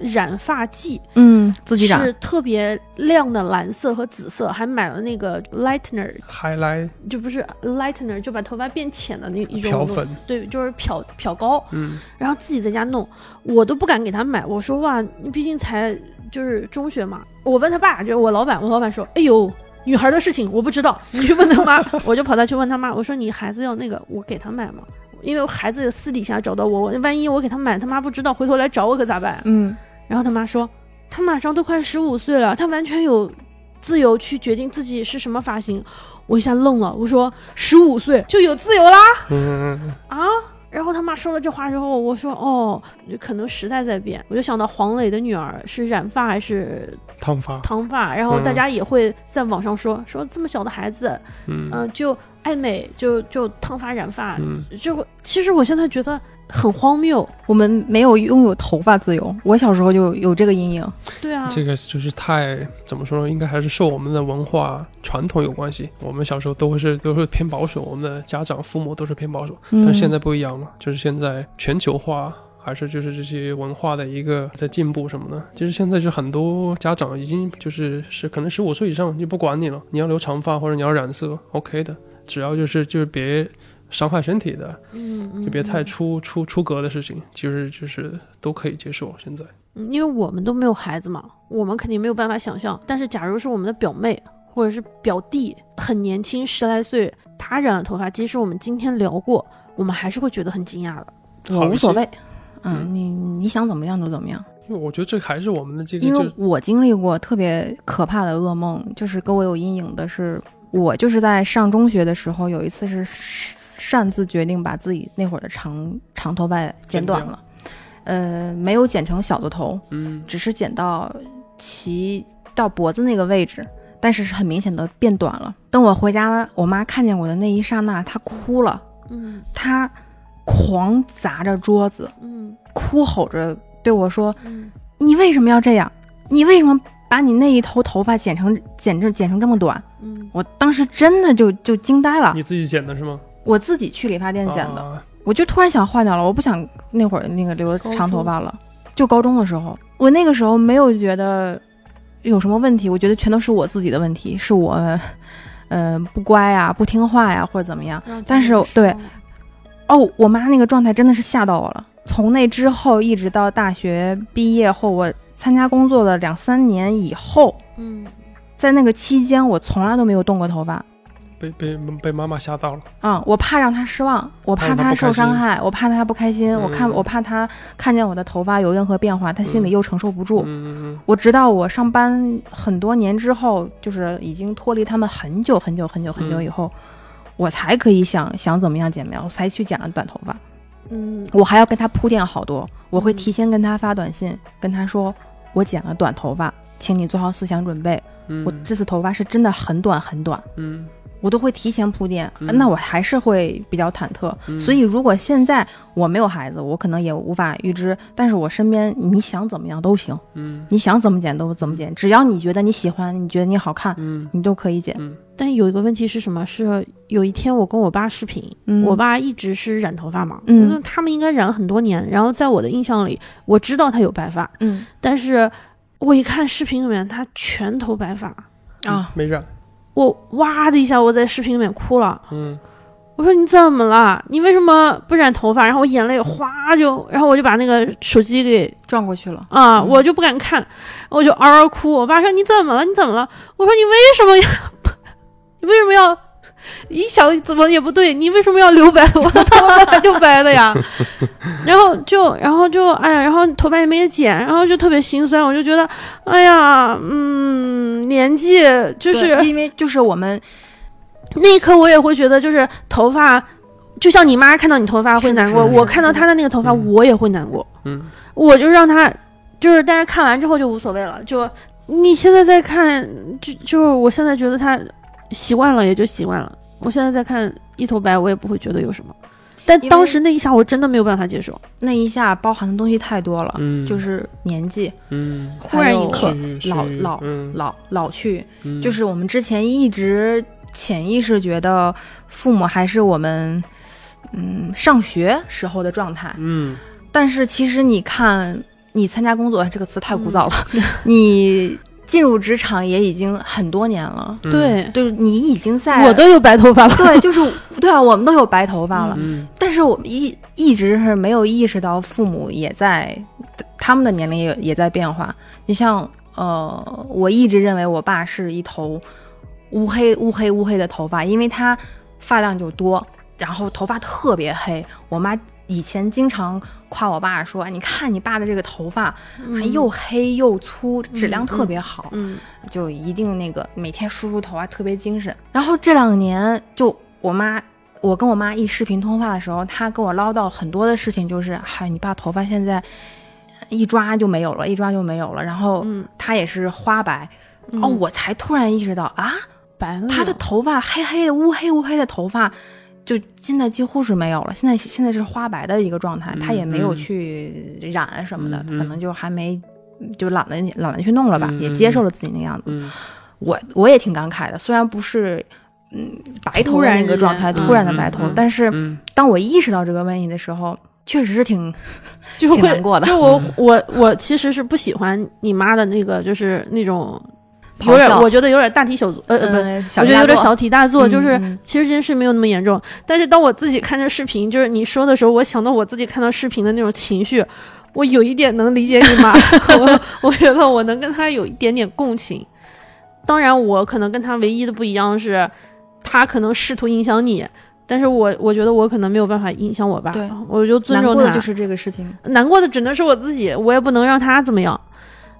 B: 染发剂，
A: 嗯，自己染
B: 是特别亮的蓝色和紫色，还买了那个 lightener，
C: 还来
B: 就不是 lightener，就把头发变浅的那一种
C: 漂粉，
B: 对，就是漂漂膏，
C: 嗯，
B: 然后自己在家弄，我都不敢给他买。我说哇，你毕竟才就是中学嘛。我问他爸，就是我老板，我老板说，哎呦，女孩的事情我不知道，你去问他妈。 我就跑他去问他妈，我说你孩子要那个，我给他买吗？因为我孩子私底下找到我，我万一我给他买，他妈不知道，回头来找我可咋办？啊
A: 嗯
B: 然后他妈说，他马上都快十五岁了，他完全有自由去决定自己是什么发型。我一下愣了，我说十五岁就有自由啦？
C: 嗯嗯
B: 啊！然后他妈说了这话之后，我说哦，可能时代在变，我就想到黄磊的女儿是染发还是
C: 烫发，
B: 烫发，然后
C: 嗯
B: 大家也会在网上说说这么小的孩子，
C: 嗯
A: 呃
B: 嗯、就爱美，就就烫发染发，
C: 嗯，
B: 就其实我现在觉得很荒谬，
A: 我们没有拥有头发自由，我小时候就有这个阴影。
B: 对啊，
C: 这个就是太怎么说呢？应该还是受我们的文化传统有关系。我们小时候都是都是偏保守，我们的家长、父母都是偏保守，
A: 嗯、
C: 但是现在不一样了，就是现在全球化。还是就是这些文化的一个在进步什么的，就是现在就很多家长已经就是是可能十五岁以上就不管你了，你要留长发或者你要染色，OK 的，只要就是就是别伤害身体的，
B: 嗯，嗯
C: 就别太出出出格的事情，其实就是都可以接受。现在
B: 嗯因为我们都没有孩子嘛，我们肯定没有办法想象。但是假如是我们的表妹或者是表弟，很年轻，十来岁，他染了头发，即使我们今天聊过，我们还是会觉得很惊讶的。
A: 我无所谓。
C: 嗯
A: 嗯，你你想怎么样就怎么样，
C: 因为我觉得这还是我们的这个
A: 因
C: 就
A: 为我经历过特别可怕的噩梦，就是给我有阴影的是，我就是在上中学的时候，有一次是擅自决定把自己那会儿的长长头发剪短了，呃，没有剪成小的头，
C: 嗯
A: 只是剪到齐到脖子那个位置，但是是很明显的变短了。等我回家，我妈看见我的那一刹那，她哭了，
B: 嗯
A: 她狂砸着桌子，
B: 嗯
A: 哭吼着对我说：“
B: 嗯
A: 你为什么要这样？你为什么把你那一头头发剪成剪这剪成这么短？
B: 嗯
A: 我当时真的就就惊呆了
C: 你，自己剪的是吗？
A: 我自己去理发店剪的，
C: 啊
A: 我就突然想换掉了，我不想那会儿那个留
B: 高中
A: 长头发了，就高中的时候，我那个时候没有觉得有什么问题，我觉得全都是我自己的问题，是我，呃，不乖呀、不听话呀、或者怎么样。
B: 让
A: 但
B: 家
A: 是
B: 人
A: 对
B: 失望
A: 哦，我妈那个状态真的是吓到我了。从那之后一直到大学毕业后，我参加工作的两三年以后，
B: 嗯，
A: 在那个期间，我从来都没有动过头发
C: 被被被妈妈吓到了，
A: 啊、我怕让她失望，我
C: 怕
A: 怕
C: 让她
A: 她
C: 不开
A: 受伤
C: 心
A: 害，我怕她不开心，我看
C: 嗯
A: 我怕她看见我的头发有任何变化，她心里
C: 嗯
A: 又承受不住。
C: 嗯嗯
A: 我直到我上班很多年之后，就是已经脱离他们很久很久很久很久
C: 嗯
A: 以后，我才可以想想怎么样剪苗，我才去剪了短头发。
B: 嗯
A: 我还要跟他铺垫好多，我会
B: 嗯
A: 提前跟他发短信，跟他说我剪了短头发，请你做好思想准备，
C: 嗯，
A: 我这次头发是真的很短很短，
C: 嗯
A: 我都会提前铺垫，
C: 嗯
A: 那我还是会比较忐忑。
C: 嗯
A: 所以如果现在我没有孩子，我可能也无法预知，但是我身边你想怎么样都行，
C: 嗯
A: 你想怎么剪都怎么剪，只要你觉得你喜欢，你觉得你好看，
C: 嗯
A: 你都可以剪。
C: 嗯
B: 但有一个问题是什么？是有一天我跟我爸视频，
A: 嗯
B: 我爸一直是染头发嘛，
A: 嗯
B: 那他们应该染了很多年。然后在我的印象里，我知道他有白发，
A: 嗯
B: 但是我一看视频里面，他全头白发，
A: 啊，
C: 没染，
B: 我哇的一下，我在视频里面哭了。
C: 嗯
B: 我说你怎么了？你为什么不染头发？然后我眼泪哗就，然后我就把那个手机给
A: 转过去了。
B: 啊、
A: 嗯
B: 我就不敢看，我就嗷嗷哭。我爸说你怎么了？你怎么了？我说你为什么要？ 你为什么要？一想怎么也不对，你为什么要留白？我的头发本来就白的呀。然后就，然后就，哎呀，然后头发也没剪，然后就特别心酸。我就觉得，哎呀，嗯，年纪就是
A: 对因为就是我们
B: 那一刻我也会觉得，就是头发，就像你妈看到你头发会难过，
C: 是是是
B: 我看到她的那个头发，
C: 嗯
B: 我也会难过。
C: 嗯，
B: 我就让她，就是但是看完之后就无所谓了。就你现在在看，就就是我现在觉得她习惯了也就习惯了。我现在在看一头白，我也不会觉得有什么。但
A: 因为
B: 当时那一下，我真的没有办法接受。
A: 那一下包含的东西太多了，
C: 嗯
A: 啊就是年纪、
C: 嗯，
B: 忽然一刻
A: 还有
C: 是是
A: 老老
C: 嗯
A: 老老去，
C: 嗯
A: 就是我们之前一直潜意识觉得父母还是我们嗯上学时候的状态，
C: 嗯
A: 但是其实你看，你参加工作这个词太古早了，你进入职场也已经很多年了，
C: 嗯
B: 对，
A: 就是你已经在
B: 我都有白头发 了。
A: 对，就是对啊，我们都有白头发了，
C: 嗯
A: 但是我们一一直是没有意识到父母也在他们的年龄也也在变化。你像呃，我一直认为我爸是一头乌黑乌黑乌黑的头发，因为他发量就多，然后头发特别黑。我妈以前经常夸我爸说：“哎你看你爸的这个头发，哎又黑又粗，质量特别好。
B: 嗯，
A: 就一定那个每天梳梳头啊，特别精神。然后这两年就我妈，我跟我妈一视频通话的时候，她跟我唠叨很多的事情，就是嗨，你爸头发现在一抓就没有了，一抓就没有了。然后
B: 嗯
A: 他也是花白，
B: 嗯
A: 哦，我才突然意识到啊，
B: 白了
A: 他的头发黑黑的乌黑乌黑的头发。就现在几乎是没有了，现在现在是花白的一个状态，他也没有
C: 嗯
A: 去染什么的，
C: 嗯嗯
A: 可能就还没就懒得懒得去弄了吧，
C: 嗯
A: 也
C: 嗯
A: 接受
C: 嗯
A: 了自己那个样子。
C: 嗯
A: 我我也挺感慨的，虽然不是嗯白头
B: 突
A: 的
B: 然
A: 那个
B: 之
A: 状
B: 间
A: 态，
B: 嗯
A: 突然的
C: 嗯
A: 白头，
B: 嗯
A: 但是
C: 嗯
A: 当我意识到这个问题的时候，确实是挺
B: 就是
A: 挺
B: 会
A: 难过的
B: 就我我我其实是不喜欢你妈的那个，就是那种有
A: 咆
B: 点，
A: 哮，
B: 我觉得有点大题小做，呃呃不是。
A: 嗯，
B: 我
A: 小
B: 觉得有点
A: 家
B: 小题大做，
A: 嗯
B: 就是
A: 嗯
B: 其实这件事没有那么严重。但是当我自己看这视频，就是你说的时候，我想到我自己看到视频的那种情绪，我有一点能理解你 妈，我我觉得我能跟她有一点点共情。当然，我可能跟她唯一的不一样是，她可能试图影响你，但是我我觉得我可能没有办法影响我爸
A: 对，
B: 我就尊
A: 难
B: 重
A: 过
B: 她。
A: 的就是这个事情，
B: 难过的只能是我自己，我也不能让他怎么样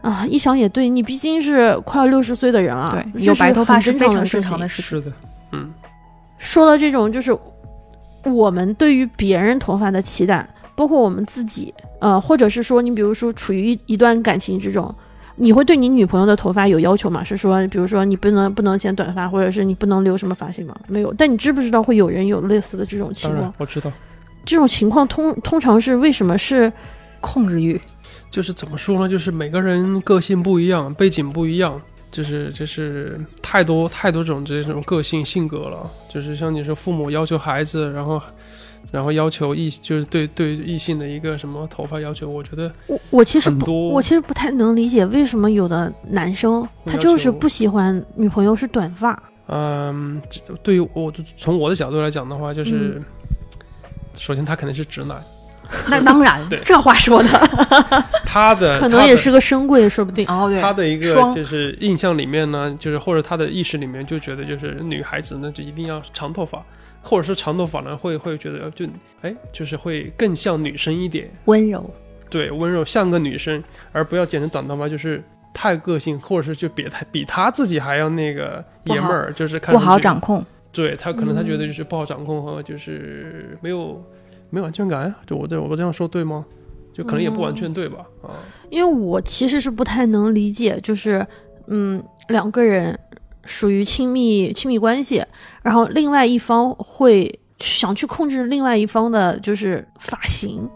B: 啊！一想也对，你毕竟是快要六十岁的人了，这
A: 有
B: 啊是
A: 白头发
B: 很
A: 是
B: 正
A: 非常
B: 的事
A: 正
B: 情
A: 常的。事情，
C: 是的，嗯
B: 说到这种，就是我们对于别人头发的期待，包括我们自己，呃，或者是说你比如说处于一一段感情之中。你会对你女朋友的头发有要求吗？是说，比如说你不能不能剪短发，或者是你不能留什么发型吗？没有。但你知不知道会有人有类似的这种情
C: 当然
B: 况？
C: 我知道，
B: 这种情况通通常是为什么是
A: 控制欲，
C: 就是怎么说呢，就是每个人个性不一样，背景不一样。就是就是太多太多种这种个性性格了，就是像你说父母要求孩子，然后然后要求异就是对对异性的一个什么头发要求，我觉得
B: 我我其实
C: 很
B: 不，
C: 多
B: 我其实不太能理解为什么有的男生
C: 会
B: 他
C: 要
B: 就是
C: 求
B: 不喜欢女朋友是短 发，
C: 嗯，这对于我就从我的角度来讲的话，就是、
A: 嗯
C: 首先他肯定是直男，
A: 那当然
C: 对，呃
A: 这话说的，
C: 他的嗯
B: 可能也是个深柜，说不定。
A: 哦对，
C: 他的一个
A: 双
C: 就是印象里面呢，就是或者他的意识里面就觉得就是女孩子呢就一定要长头发，或者是长头发呢会会觉得就哎就是会更像女生一点，
A: 温柔，
C: 对温柔像个女生，而不要剪成短头发就是。太个性，或者是就比他比他自己还要那个
A: 不
C: 爷们
A: 好
C: 儿，就是看
A: 不
C: 上
A: 好
C: 去
A: 掌控，
C: 对他可能他觉得就是不好掌控和就是没有、没有安全感，啊就我这我这样说对吗？就可能也不完全对吧？啊，
B: 因为我其实是不太能理解，就是嗯，两个人属于亲密亲密关系，然后另外一方会去想去控制另外一方的就是发型，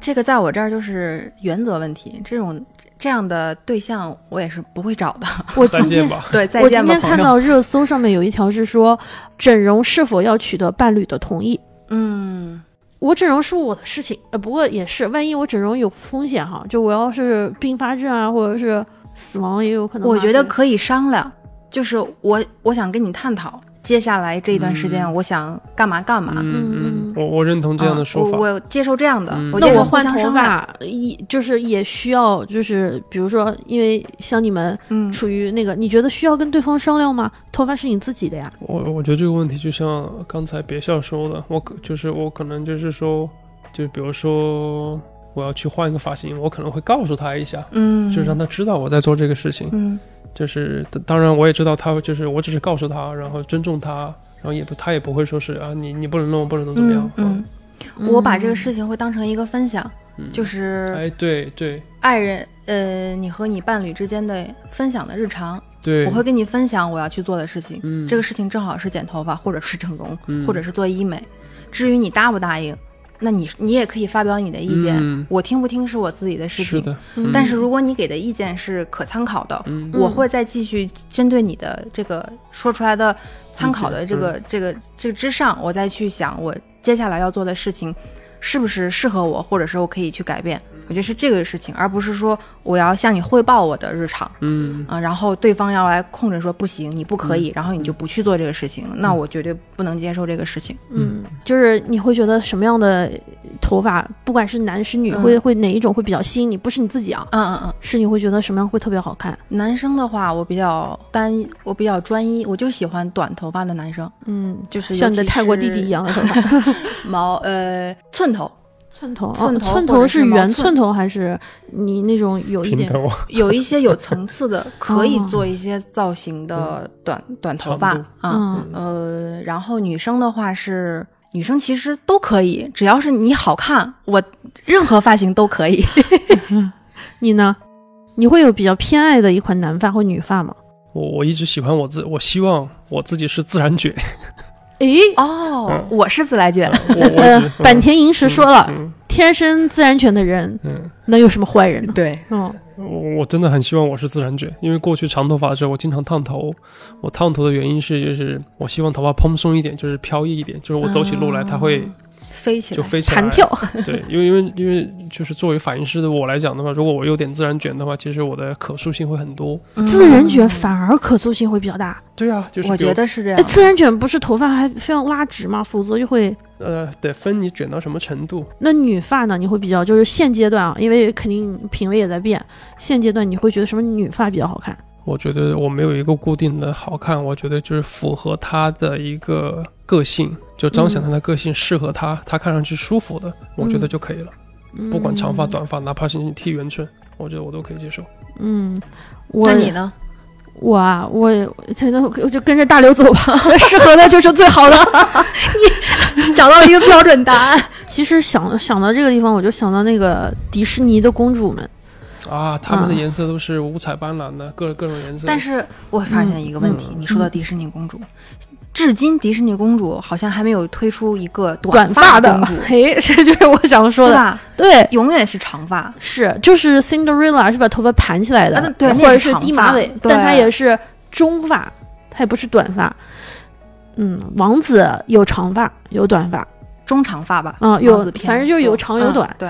A: 这个在我这儿就是原则问题，这种这样的对象我也是不会 找的，
B: 我
C: 再
B: 今天
C: 见吧。
A: 对，再
B: 我
A: 见
B: 今
A: 吧，
B: 天
A: 朋
B: 看
A: 友
B: 到热搜上面有一条是说，整容是否要取得伴侣的同意。
A: 嗯，
B: 我整容是我的事情，呃，不过也是，万一我整容有风险哈，就我要是并发症啊，或者是死亡也有可能吧。啊
A: 我觉得
B: 对
A: 可以商量，就是我我想跟你探讨接下来这一段时间
C: 嗯
A: 我想干嘛干嘛。
C: 嗯
B: 嗯
C: 嗯，我我认同这样的
A: 啊
C: 说法。
A: 我我接受这样的，
C: 嗯
A: 我
B: 那
A: 接
B: 我
A: 受互
B: 换
A: 相
B: 头
A: 商量，
B: 发，也就是也需要，就是比如说，因为像你们
A: 嗯，
B: 处于那个，你觉得需要跟对方商量吗？头发是你自己的呀。
C: 我我觉得这个问题就像刚才别笑说的，我可就是我可能就是说，就比如说我要去换一个发型，我可能会告诉他一下，
A: 嗯，
C: 就是让他知道我在做这个事情。
A: 嗯
C: 就是当当然我也知道他就是我只是告诉他，然后尊重他，然后也不他也不会说是啊你你不能弄不能弄怎么样，啊
A: 嗯，嗯我把这个事情会当成一个分享，
C: 嗯
A: 就是
C: 哎对对
A: 爱人，呃，你和你伴侣之间的分享的日常，
C: 对，
A: 我会跟你分享我要去做的事情。
C: 嗯
A: 这个事情正好是剪头发，或者是整容，
C: 嗯
A: 或者是做医美。至于你答不答应，那你你也可以发表你的意见，
C: 嗯
A: 我听不听是我自己的事
C: 是
A: 情。
C: 的，
B: 嗯
A: 但是如果你给的意见是可参考的，
C: 嗯
A: 我会再继续针对你的这个说出来的参考的这个、
C: 嗯
A: 这个这个之上，我再去想我接下来要做的事情是不是适合我，或者是我可以去改变。我觉得是这个事情，而不是说我要向你汇报我的日常
C: 嗯
A: 啊、然后对方要来控制说不行，你不可以，然后你就不去做这个事情，
C: 嗯
A: 那我绝对不能接受这个事情。
B: 嗯，就是你会觉得什么样的头发，不管是男是女，
A: 嗯
B: 会会哪一种会比较吸引你？不是你自己啊，
A: 嗯嗯嗯，
B: 是你会觉得什么样会特别好看？
A: 男生的话，我比较单一，我比较专一，我就喜欢短头发的男生，
B: 嗯，
A: 就是
B: 像你的
A: 尤其
B: 泰国弟弟
A: 是
B: 一样的头发，
A: 毛呃寸 头，
B: 寸头，
A: 寸
B: 哦
A: 头
B: 寸
A: 或
B: 头
A: 者是
B: 是
A: 毛
B: 圆
A: 寸
B: 寸头还是你那种有一
C: 平
B: 点？
C: 头
A: 有一些有层次的，可以
B: 哦
A: 做一些造型的短、
C: 嗯
A: 短头发
C: 长
A: 啊、
B: 嗯
A: 呃，然后女生的话是。女生其实都可以，只要是你好看，我任何发型都可 以。
B: 你呢？你会有比较偏爱的一款男发或女发吗？
C: 我我一直喜欢我自，我希望我自己是自然卷，
B: 诶，
C: 嗯
A: 哦，我是自来卷，
C: 我我一
B: 呃
C: 直，
B: 坂田银时说了，
C: 嗯
B: 天生自然卷的人
C: 嗯
B: 能有什么坏人呢？
A: 对，
B: 嗯，
C: 嗯，我我真的很希望我是自然卷，因为过去长头发的时候我经常烫头，我烫头的原因是就是我希望头发蓬松一点，就是飘逸一点，就是我走起路来它会
A: 飞起来
C: 就飞起来，
B: 弹跳，
C: 对，因为因为因为就是作为发型师的我来讲的话，如果我有点自然卷的话，其实我的可塑性会很多。
B: 嗯自然卷反而可塑性会比较大。
C: 对啊，就是
A: 嗯我
C: 比如
A: 觉得是这
B: 哎，
A: 样。
B: 自然卷不是头发还非要拉直吗？否则就会。
C: 呃，得分你卷到什么程度。
B: 那女发呢？你会比较就是现阶段啊，因为肯定品味也在变，现阶段你会觉得什么女发比较好看？
C: 我觉得我没有一个固定的好看，我觉得就是符合他的一个个性，就彰显他的个性，适合他，他看上去舒服的，我觉得就可以了。不管长发短发，哪怕是你剃圆寸，我觉得我都可以接受。
B: 嗯，我
A: 那你呢？
B: 我啊，我真的我就跟着大刘走 吧，适合的就是最好的。
A: 找到了一个标准答案。
B: 其实想想到这个地方，我就想到那个迪士尼的公主们，
C: 啊，他们的
B: 嗯
C: 颜色都是五彩斑斓的，各各种颜色。
A: 但是我发现一个问题，
C: 嗯
A: 你说到迪士尼公主，至今迪士尼公主好像还没有推出一个
B: 短
A: 发
B: 的
A: 公 主，，
B: 嘿，这就是我想说
A: 对
B: 的。
A: 吧？
B: 对，
A: 永远是长发。
B: 是就是 Cinderella 是把头发盘起来的，
A: 啊那对
B: 或
A: 那
B: 者
A: 是
B: 是
A: 长
B: 低
A: 发
B: 马尾，
A: 对
B: 但它也是中发，它也不是短发。嗯，王子有长发，有短发，
A: 中长发吧，
B: 嗯有
A: 王子片
B: 反正就是有长有短
A: 嗯对，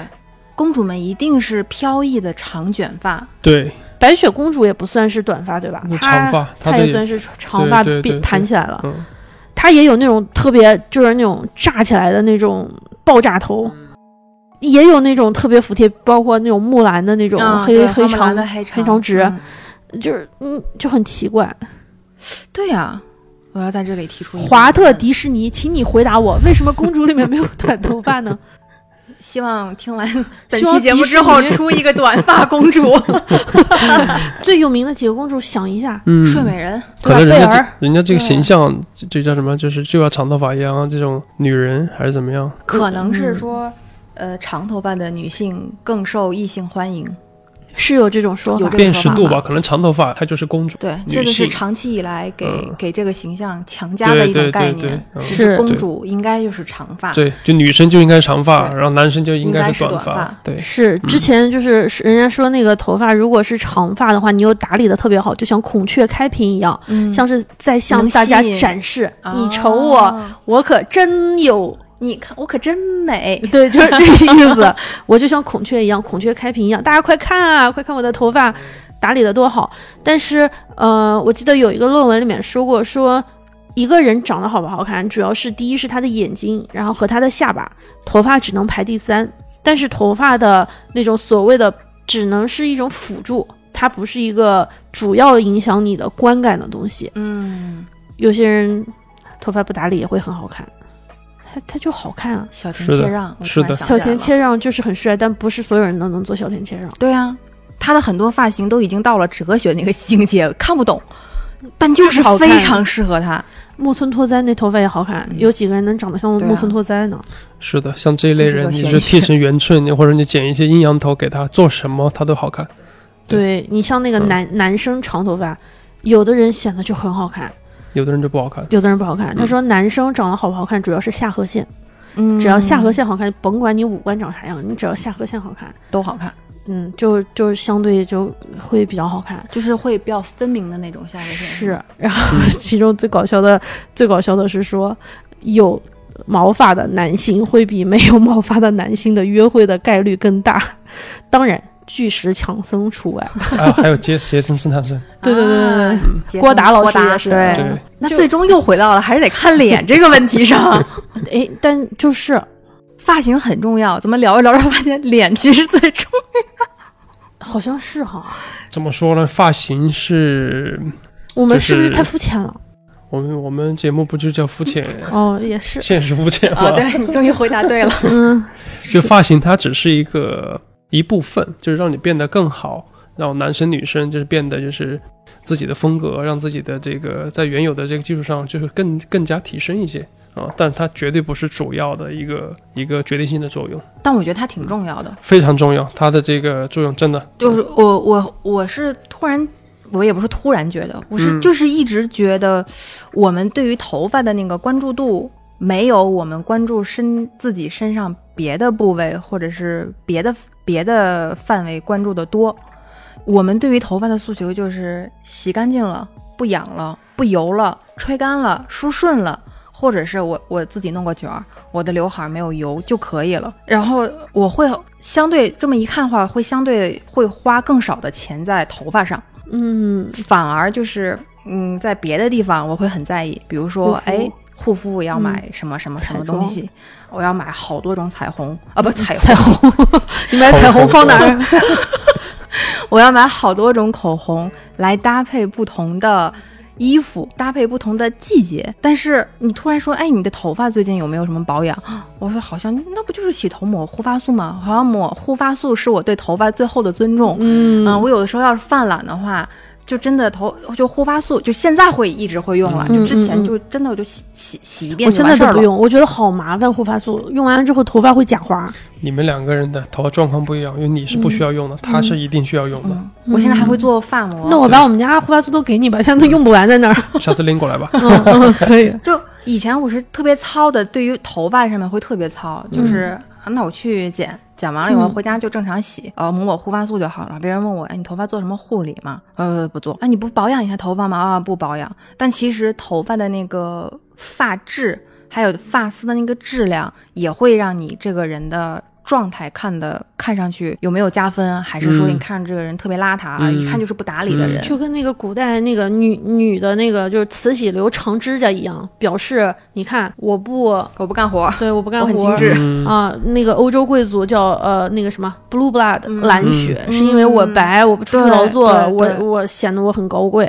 A: 公主们一定是飘逸的长卷发，
C: 对，
B: 白雪公主也不算是短发，对吧
C: 那？长
B: 她
C: 发，他
B: 她
C: 的
B: 也算是长发
C: 对对对
B: 并
C: 对
B: 盘起来了。
C: 嗯，
B: 她也有那种特别就是那种炸起来的那种爆炸头，
A: 嗯
B: 也有那种特别服帖，包括那种木兰的那种
A: 嗯
B: 黑、
A: 对
B: 黑
A: 花木兰
B: 长
A: 的，黑长
B: 黑长直
A: 嗯
B: 就是嗯就很奇怪。
A: 对呀、我要在这里提出一个
B: 华
A: 疑
B: 特
A: 问
B: 迪士尼，请你回答我，为什么公主里面没有短头发呢？
A: 希望听完本
B: 希望
A: 期节目
B: 迪士
A: 之后
B: 尼
A: 出一个短发公 主，
B: 最有名的几个公主，想一下，
C: 嗯
A: 睡美人，
C: 可能
B: 对吧
C: 人
B: 贝
C: 家这
B: 儿
C: 人家这个
A: 对
C: 形象，这这叫什么？就是就要长头发一样啊，这种女人还是怎么样？
A: 可能是说。呃，长头发的女性更受异性欢迎，
B: 是有这种说
A: 有这。
B: 法
A: 个
C: 辨
A: 说
C: 识
A: 法
C: 度
A: 吗
C: 吧，可能长头发她就是公主。
A: 对，
C: 女
A: 这个是
C: 性
A: 长期以来给、
C: 嗯
A: 给这个形象强加的一种
C: 对对
A: 概
C: 对
A: 念，
C: 对嗯
A: 就是
B: 是
A: 公
C: 对
A: 主应该就是长发，
C: 对，就女生就应该长发，
A: 对
C: 然后男生就应
A: 应该是
C: 是
A: 短
C: 发
A: 发。
C: 对，
B: 是之前就是是人家说那个头发，如果是长发的话，你又打理的特别好，就像孔雀开屏一样，
A: 嗯
B: 像是在向
A: 能
B: 大家
A: 吸引
B: 展示，你
A: 啊
B: 瞅我，我可真有，
A: 你看我可真美，
B: 对，就是这个意思。 我就像孔雀一样，孔雀开屏一样，大家快看啊，快看我的头发打理的多好。但是，呃，我记得有一个论文里面说过，说一个人长得好不好看，主要是第一是他的眼睛，然后和他的下巴，头发只能排第三。但是头发的那种所谓的只能是一种辅助，它不是一个主要影响你的观感的东西。
A: 嗯，
B: 有些人头发不打理也会很好看，他他就好看啊。
A: 小田
C: 是的
A: 切让，我突
C: 是
A: 然
C: 的
A: 想起
B: 小
A: 来
B: 田
A: 了
B: 切让就是很帅，但不是所有人都能做小田切让。
A: 对啊，他的很多发型都已经到了哲学那个境界，看不懂，但就是
B: 好看
A: 非常适合他。
B: 木村拓哉那头发也好看，
A: 嗯
B: 有几个人能长得像
A: 对啊
B: 木村拓哉呢？
C: 是的，像这一类
A: 这是
C: 人，
A: 个
C: 你
A: 玄
C: 是
A: 学
C: 剃成圆寸，你或者你剪一些阴阳头给他，做什么他都好看。
B: 对你像那个
C: 嗯
B: 男、男生长头发，有的人显得就很好看，
C: 有的人就不好看。
B: 有的人不好看。他说男生长得好不好看，主要是下颌线，
A: 嗯，
B: 只要下颌线好看，甭管你五官长啥样，你只要下颌线好看，
A: 都好看，
B: 嗯，就就相对就会比较好看。
A: 就是会比较分明的那种下颌线。
B: 是，然后其中最搞笑的，最搞笑的是说，有毛发的男性会比没有毛发的男性的约会的概率更大，当然巨石强森除外。
C: 啊，还有杰杰森斯坦森，
B: 对对对对
A: 啊
B: 对，
A: 杰
B: 郭
A: 森
B: 达老
A: 郭
B: 师
A: 达
B: 也是
A: 对。
C: 对，
A: 那
B: 就
A: 最终又回到了还是得看脸这个问题 上，
B: 哎，但就是
A: 发型很重要。怎么聊着聊着发现脸其实最重要？
B: 好像是哈，
C: 怎么说呢？发型是
B: 我们是不是
C: 就是
B: 太肤浅了？
C: 我们我们节目不就叫肤浅，
B: 哦，也 是，
C: 现实肤浅吗？
A: 啊、对你终于回答对了。
B: 嗯，
C: 就发型它只是一个一部分，就是让你变得更好，让男生女生就是变得就是自己的风格，让自己的这个在原有的这个基础上就是更更加提升一些啊，但它绝对不是主要的一个一个决定性的作用，
A: 但我觉得它挺重要的，
C: 非常重要，它的这个作用真的
A: 就是我我我是突然，我也不是突然觉得，我是、
C: 嗯
A: 就是一直觉得，我们对于头发的那个关注度没有我们关注身自己身上别的部位或者是别的别的范围关注的多。我们对于头发的诉求就是洗干净了，不痒了，不油了，吹干了，梳顺了。或者是我我自己弄个卷儿，我的刘海儿没有油就可以了。然后我会相对这么一看的话，会相对会花更少的钱在头发上，
B: 嗯，
A: 反而就是嗯，在别的地方我会很在意，比如说
B: 护肤嗯
A: 哎。护肤我要买什么什么什么东西，我要买好多种彩虹啊，不彩虹彩虹，
B: 你买嗯彩虹放哪儿？
A: 我要买好多种口红来搭配不同的衣服，搭配不同的季节。但是你突然说，哎，你的头发最近有没有什么保养？ 我说好像那不就是洗头抹护发素吗？好像抹护发素是我对头发最后的尊重。
B: 嗯
A: 嗯，我有的时候要是犯懒的话，就真的头就护发素，就现在会一直会用了，
B: 嗯
A: 就之
B: 嗯
A: 前
B: 嗯
A: 就真的我就洗洗洗一遍
B: 我
A: 就
B: 真
A: 完
B: 的
A: 事儿
B: 都不
A: 了。
B: 用，我觉得好麻烦，护发素用完之后头发会假滑。
C: 你们两个人的头发状况不一样，因为你是不需要用的，他是一定需要用的，
A: 嗯，我现在还会做发膜。
B: 那我把我们家护发素都给你吧，现在都用不完在 那儿。
C: 下次拎过来吧。
B: 嗯，嗯可以。
A: 就以前我是特别糙的，对于头发上面会特别糙，就是、
C: 嗯
A: 啊那我去剪，剪完了以后
B: 嗯
A: 回家就正常洗，呃，抹抹护发素就好了。别人问我，哎，你头发做什么护理吗？呃，不做。啊，你不保养一下头发吗？啊，不保养。但其实头发的那个发质，还有发丝的那个质量，也会让你这个人的。状态看的看上去有没有加分，还是说
C: 嗯
A: 你看着这个人特别邋遢，啊
C: 嗯
A: 一看就是不打理的
C: 嗯
A: 人？
B: 就跟那个古代那个女女的那个就是慈禧留长指甲一样，表示你看我不
A: 我不干活，
B: 对我不干
A: 我
B: 活，
A: 哦很精致。
C: 嗯，
B: 啊、那个欧洲贵族叫呃那个什么 blue blood、
A: 嗯
B: 蓝血，
A: 嗯
B: 是因为我白，我不出去
A: 对
B: 劳作，
A: 对
B: 我
A: 对
B: 我显得我很高贵。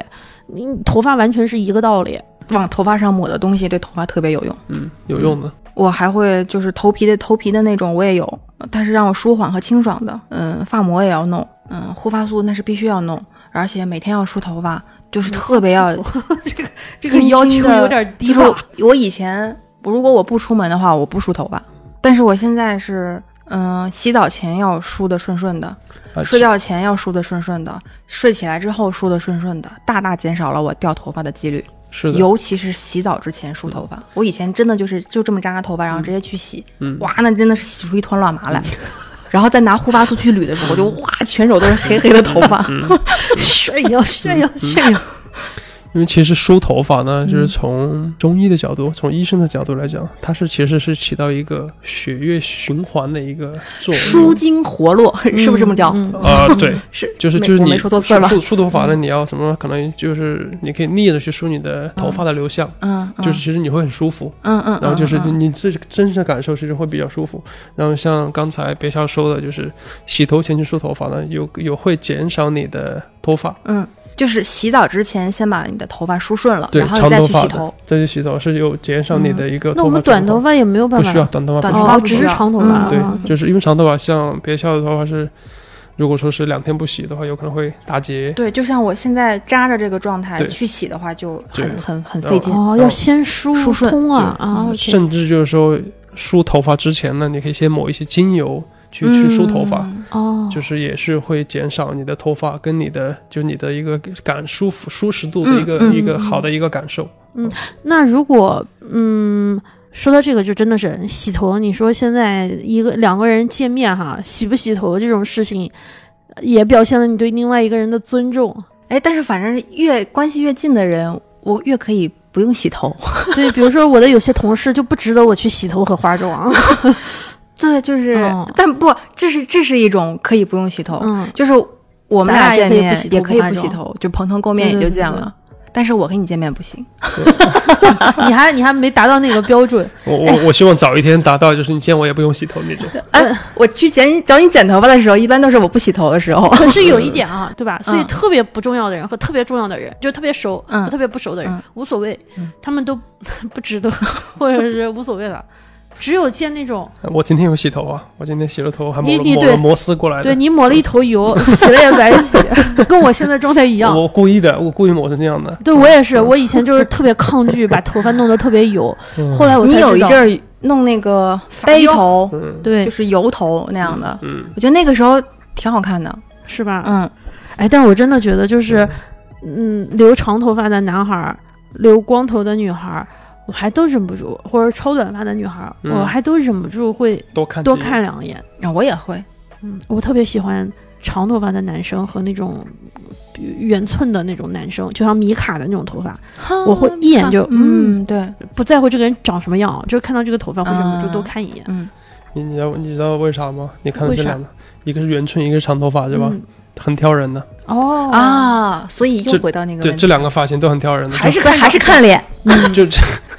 B: 你头发完全是一个道理，
A: 往头发上抹的东西对头发特别有用。
C: 嗯，有用的。
A: 我还会就是头皮的头皮的那种我也有，但是让我舒缓和清爽的，嗯，发膜也要弄，嗯，护发素那是必须要弄，而且每天要梳头发，就是特别要
B: 这个这
A: 这
B: 个要求有点低吧？
A: 就是我以前如果我不出门的话，我不梳头发，但是我现在是。嗯，洗澡前要梳的顺顺的，
C: 啊
A: 睡觉前要梳的顺顺的，睡起来之后梳的顺顺的，大大减少了我掉头发的几率，
C: 是的，
A: 尤其是洗澡之前梳头发。我以前真的就是就这么扎个头发，然后直接去洗，
C: 嗯，
A: 哇，那真的是洗出一团乱麻来。然后再拿护发素去捋的时
C: 嗯
A: 候，我就哇，全手都是黑黑的头发。
B: 炫耀炫耀炫耀！
C: 因为其实梳头发呢，
A: 嗯
C: 就是从中医的角度，从医生的角度来讲，它是其实是起到一个血液循环的一个作
A: 舒
C: 用。
A: 筋活络，是不是这么叫？
B: 嗯嗯
C: 啊、对，
A: 是，
C: 就是
A: 没
C: 就是
A: 我
C: 你
A: 没说错字儿吧？嗯
C: 梳梳头发呢，你要什么？可能就是你可以逆着去梳你的头发的流向，
A: 嗯，嗯
C: 就是其实你会很舒服。
A: 嗯嗯，
C: 然后就是
A: 嗯嗯
C: 你自己真实的感受，其实会比较舒服。然后像刚才别笑说的，就是洗头前去梳头发呢，有有会减少你的脱发，
A: 嗯，就是洗澡之前先把你的头发梳顺了，
C: 对
A: 然后
C: 长
A: 再
C: 头
A: 去
C: 发
A: 洗
C: 的
A: 头。
C: 再去洗头是有减少
A: 嗯
C: 你的一个脱发状况。
B: 那我们短头发也没有办
C: 不
B: 法，
C: 需要短头发不
A: 短
C: 需
A: 头
C: 要，
A: 发
B: 哦，
A: 不
B: 只
A: 需
B: 是
A: 要
B: 长头
A: 嗯
B: 发，
C: 对
B: 啊，
C: 就是因为长头发像别校的头发是，如果说是两天不洗的话，有可能会打结。
A: 对，就像我现在扎着这个状态
C: 对
A: 去洗的话，就很
C: 对
A: 很很费
C: 然后
A: 劲。
B: 哦，
C: 嗯
B: 要先疏
A: 疏顺
B: 通啊啊
C: 嗯
B: o k
C: 甚至就是说梳头发之前呢，你可以先抹一些精油去去梳头发，
A: 嗯
B: 哦，
C: 就是也是会减少你的头发跟你的就你的一个感舒服舒适度的一个、
A: 嗯嗯
C: 一个
B: 嗯
C: 好的一个感受。
B: 那如果嗯。说到这个，就真的是洗头。你说现在一个两个人见面哈，洗不洗头这种事情，也表现了你对另外一个人的尊重。
A: 哎，但是反正越关系越近的人，我越可以不用洗头。
B: 对，比如说我的有些同事就不值得我去洗头和化妆。
A: 对，就是，
B: 哦
A: 但不，这是这是一种可以不用洗头，
B: 嗯，
A: 就是我们
B: 咱
A: 俩
B: 俩也
A: 见面也可
B: 可以不洗头不
A: 以
B: 化
A: 不洗
B: 妆
A: 头，就蓬头垢面也
B: 对
A: 就
B: 对
A: 这
B: 对
A: 样
B: 对
A: 了。但是我和你见面不 行，
B: 你还你还没达到那个标准，
C: 我我我希望早一天达到，就是你见我也不用洗头那种。
A: 我去剪找你剪头发的时候，一般都是我不洗头的时候。
B: 可是有一点啊，对吧？所以
A: 嗯
B: 特别不重要的人和特别重要的人，就特别熟
A: 嗯
B: 和特别不熟的人
A: 嗯
B: 无所谓
A: 嗯，
B: 他们都 不值得，或者是无所谓吧。只有见那种
C: 我今天有洗头啊，我今天洗了头，还抹
B: 你
C: 了
B: 你
C: 抹
B: 对
C: 了摩丝过来
B: 对
C: 的。
B: 你抹了一头油，洗了也白洗， 跟我现在状态一样。
C: 我故意的，我故意抹成这样的。
B: 对我也是，我以前就是特别抗拒把头发弄得特别油，
C: 嗯
B: 后来 我才
A: 你有
B: 知
A: 一
B: 道
A: 阵儿弄那个飞
B: 油
A: 头，
C: 嗯
B: 对
A: 就是油头那样的，
C: 嗯，
A: 我觉得那个时候挺好看的。
B: 是吧？
A: 嗯，
B: 哎，但我真的觉得就是，嗯，留长头发的男孩儿，留光头的女孩儿，我还都忍不住，或者超短发的女孩儿，
C: 嗯
B: 我还都忍不住会
C: 多看
B: 多
C: 几眼
B: 看两眼。
A: 啊我也会。
B: 嗯，我特别喜欢长头发的男生和那种比圆寸的那种男生，就像米卡的那种头发，我会一眼就
A: 嗯，对，
B: 不在乎这个人长什么样，就是看到这个头发会忍不住多看一眼。
A: 嗯，
C: 你你知道你知道为啥吗？你看到
B: 为
C: 这
B: 啥
C: 两个，一个是圆寸，一个是长头发，对吧？
B: 嗯
C: 很挑人的，
B: 哦，
A: 啊，所以又回到那个
C: 这
A: 问题
C: 这两个发型都很挑人的，
A: 还是看还是看脸，
C: 就就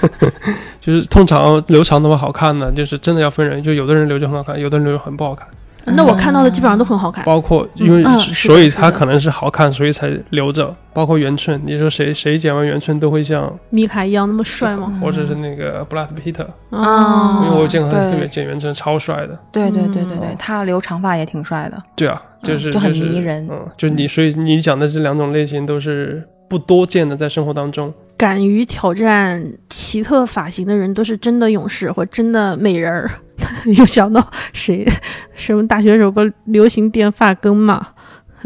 C: 就是通常留长头发好看的，就是真的要分人，就有的人留着很好看，有的人留着很不好看，
B: 那我看到的基本上都很好看。
C: 包括因为、
A: 嗯是的
C: 所以
A: 是的
C: 他可能是好看，所以才留着，包括圆寸，你说谁谁剪完圆寸都会像，
B: 米卡一样那么帅吗？
A: 嗯
C: 或者是那个布拉德皮特，
A: 啊
C: 因为我有见过他
A: 对
C: 特别剪圆寸超帅的，
A: 对对对对对
C: 嗯，
A: 他留长发也挺帅的。
C: 对啊，就是、
A: 嗯就很
C: 是
A: 迷人
C: 嗯，就你所以你讲的这两种类型都是不多见的，在生活当中，
B: 敢于挑战奇特发型的人都是真的勇士或真的美人儿。 又想到谁，什么大学时候不流行电发根嘛，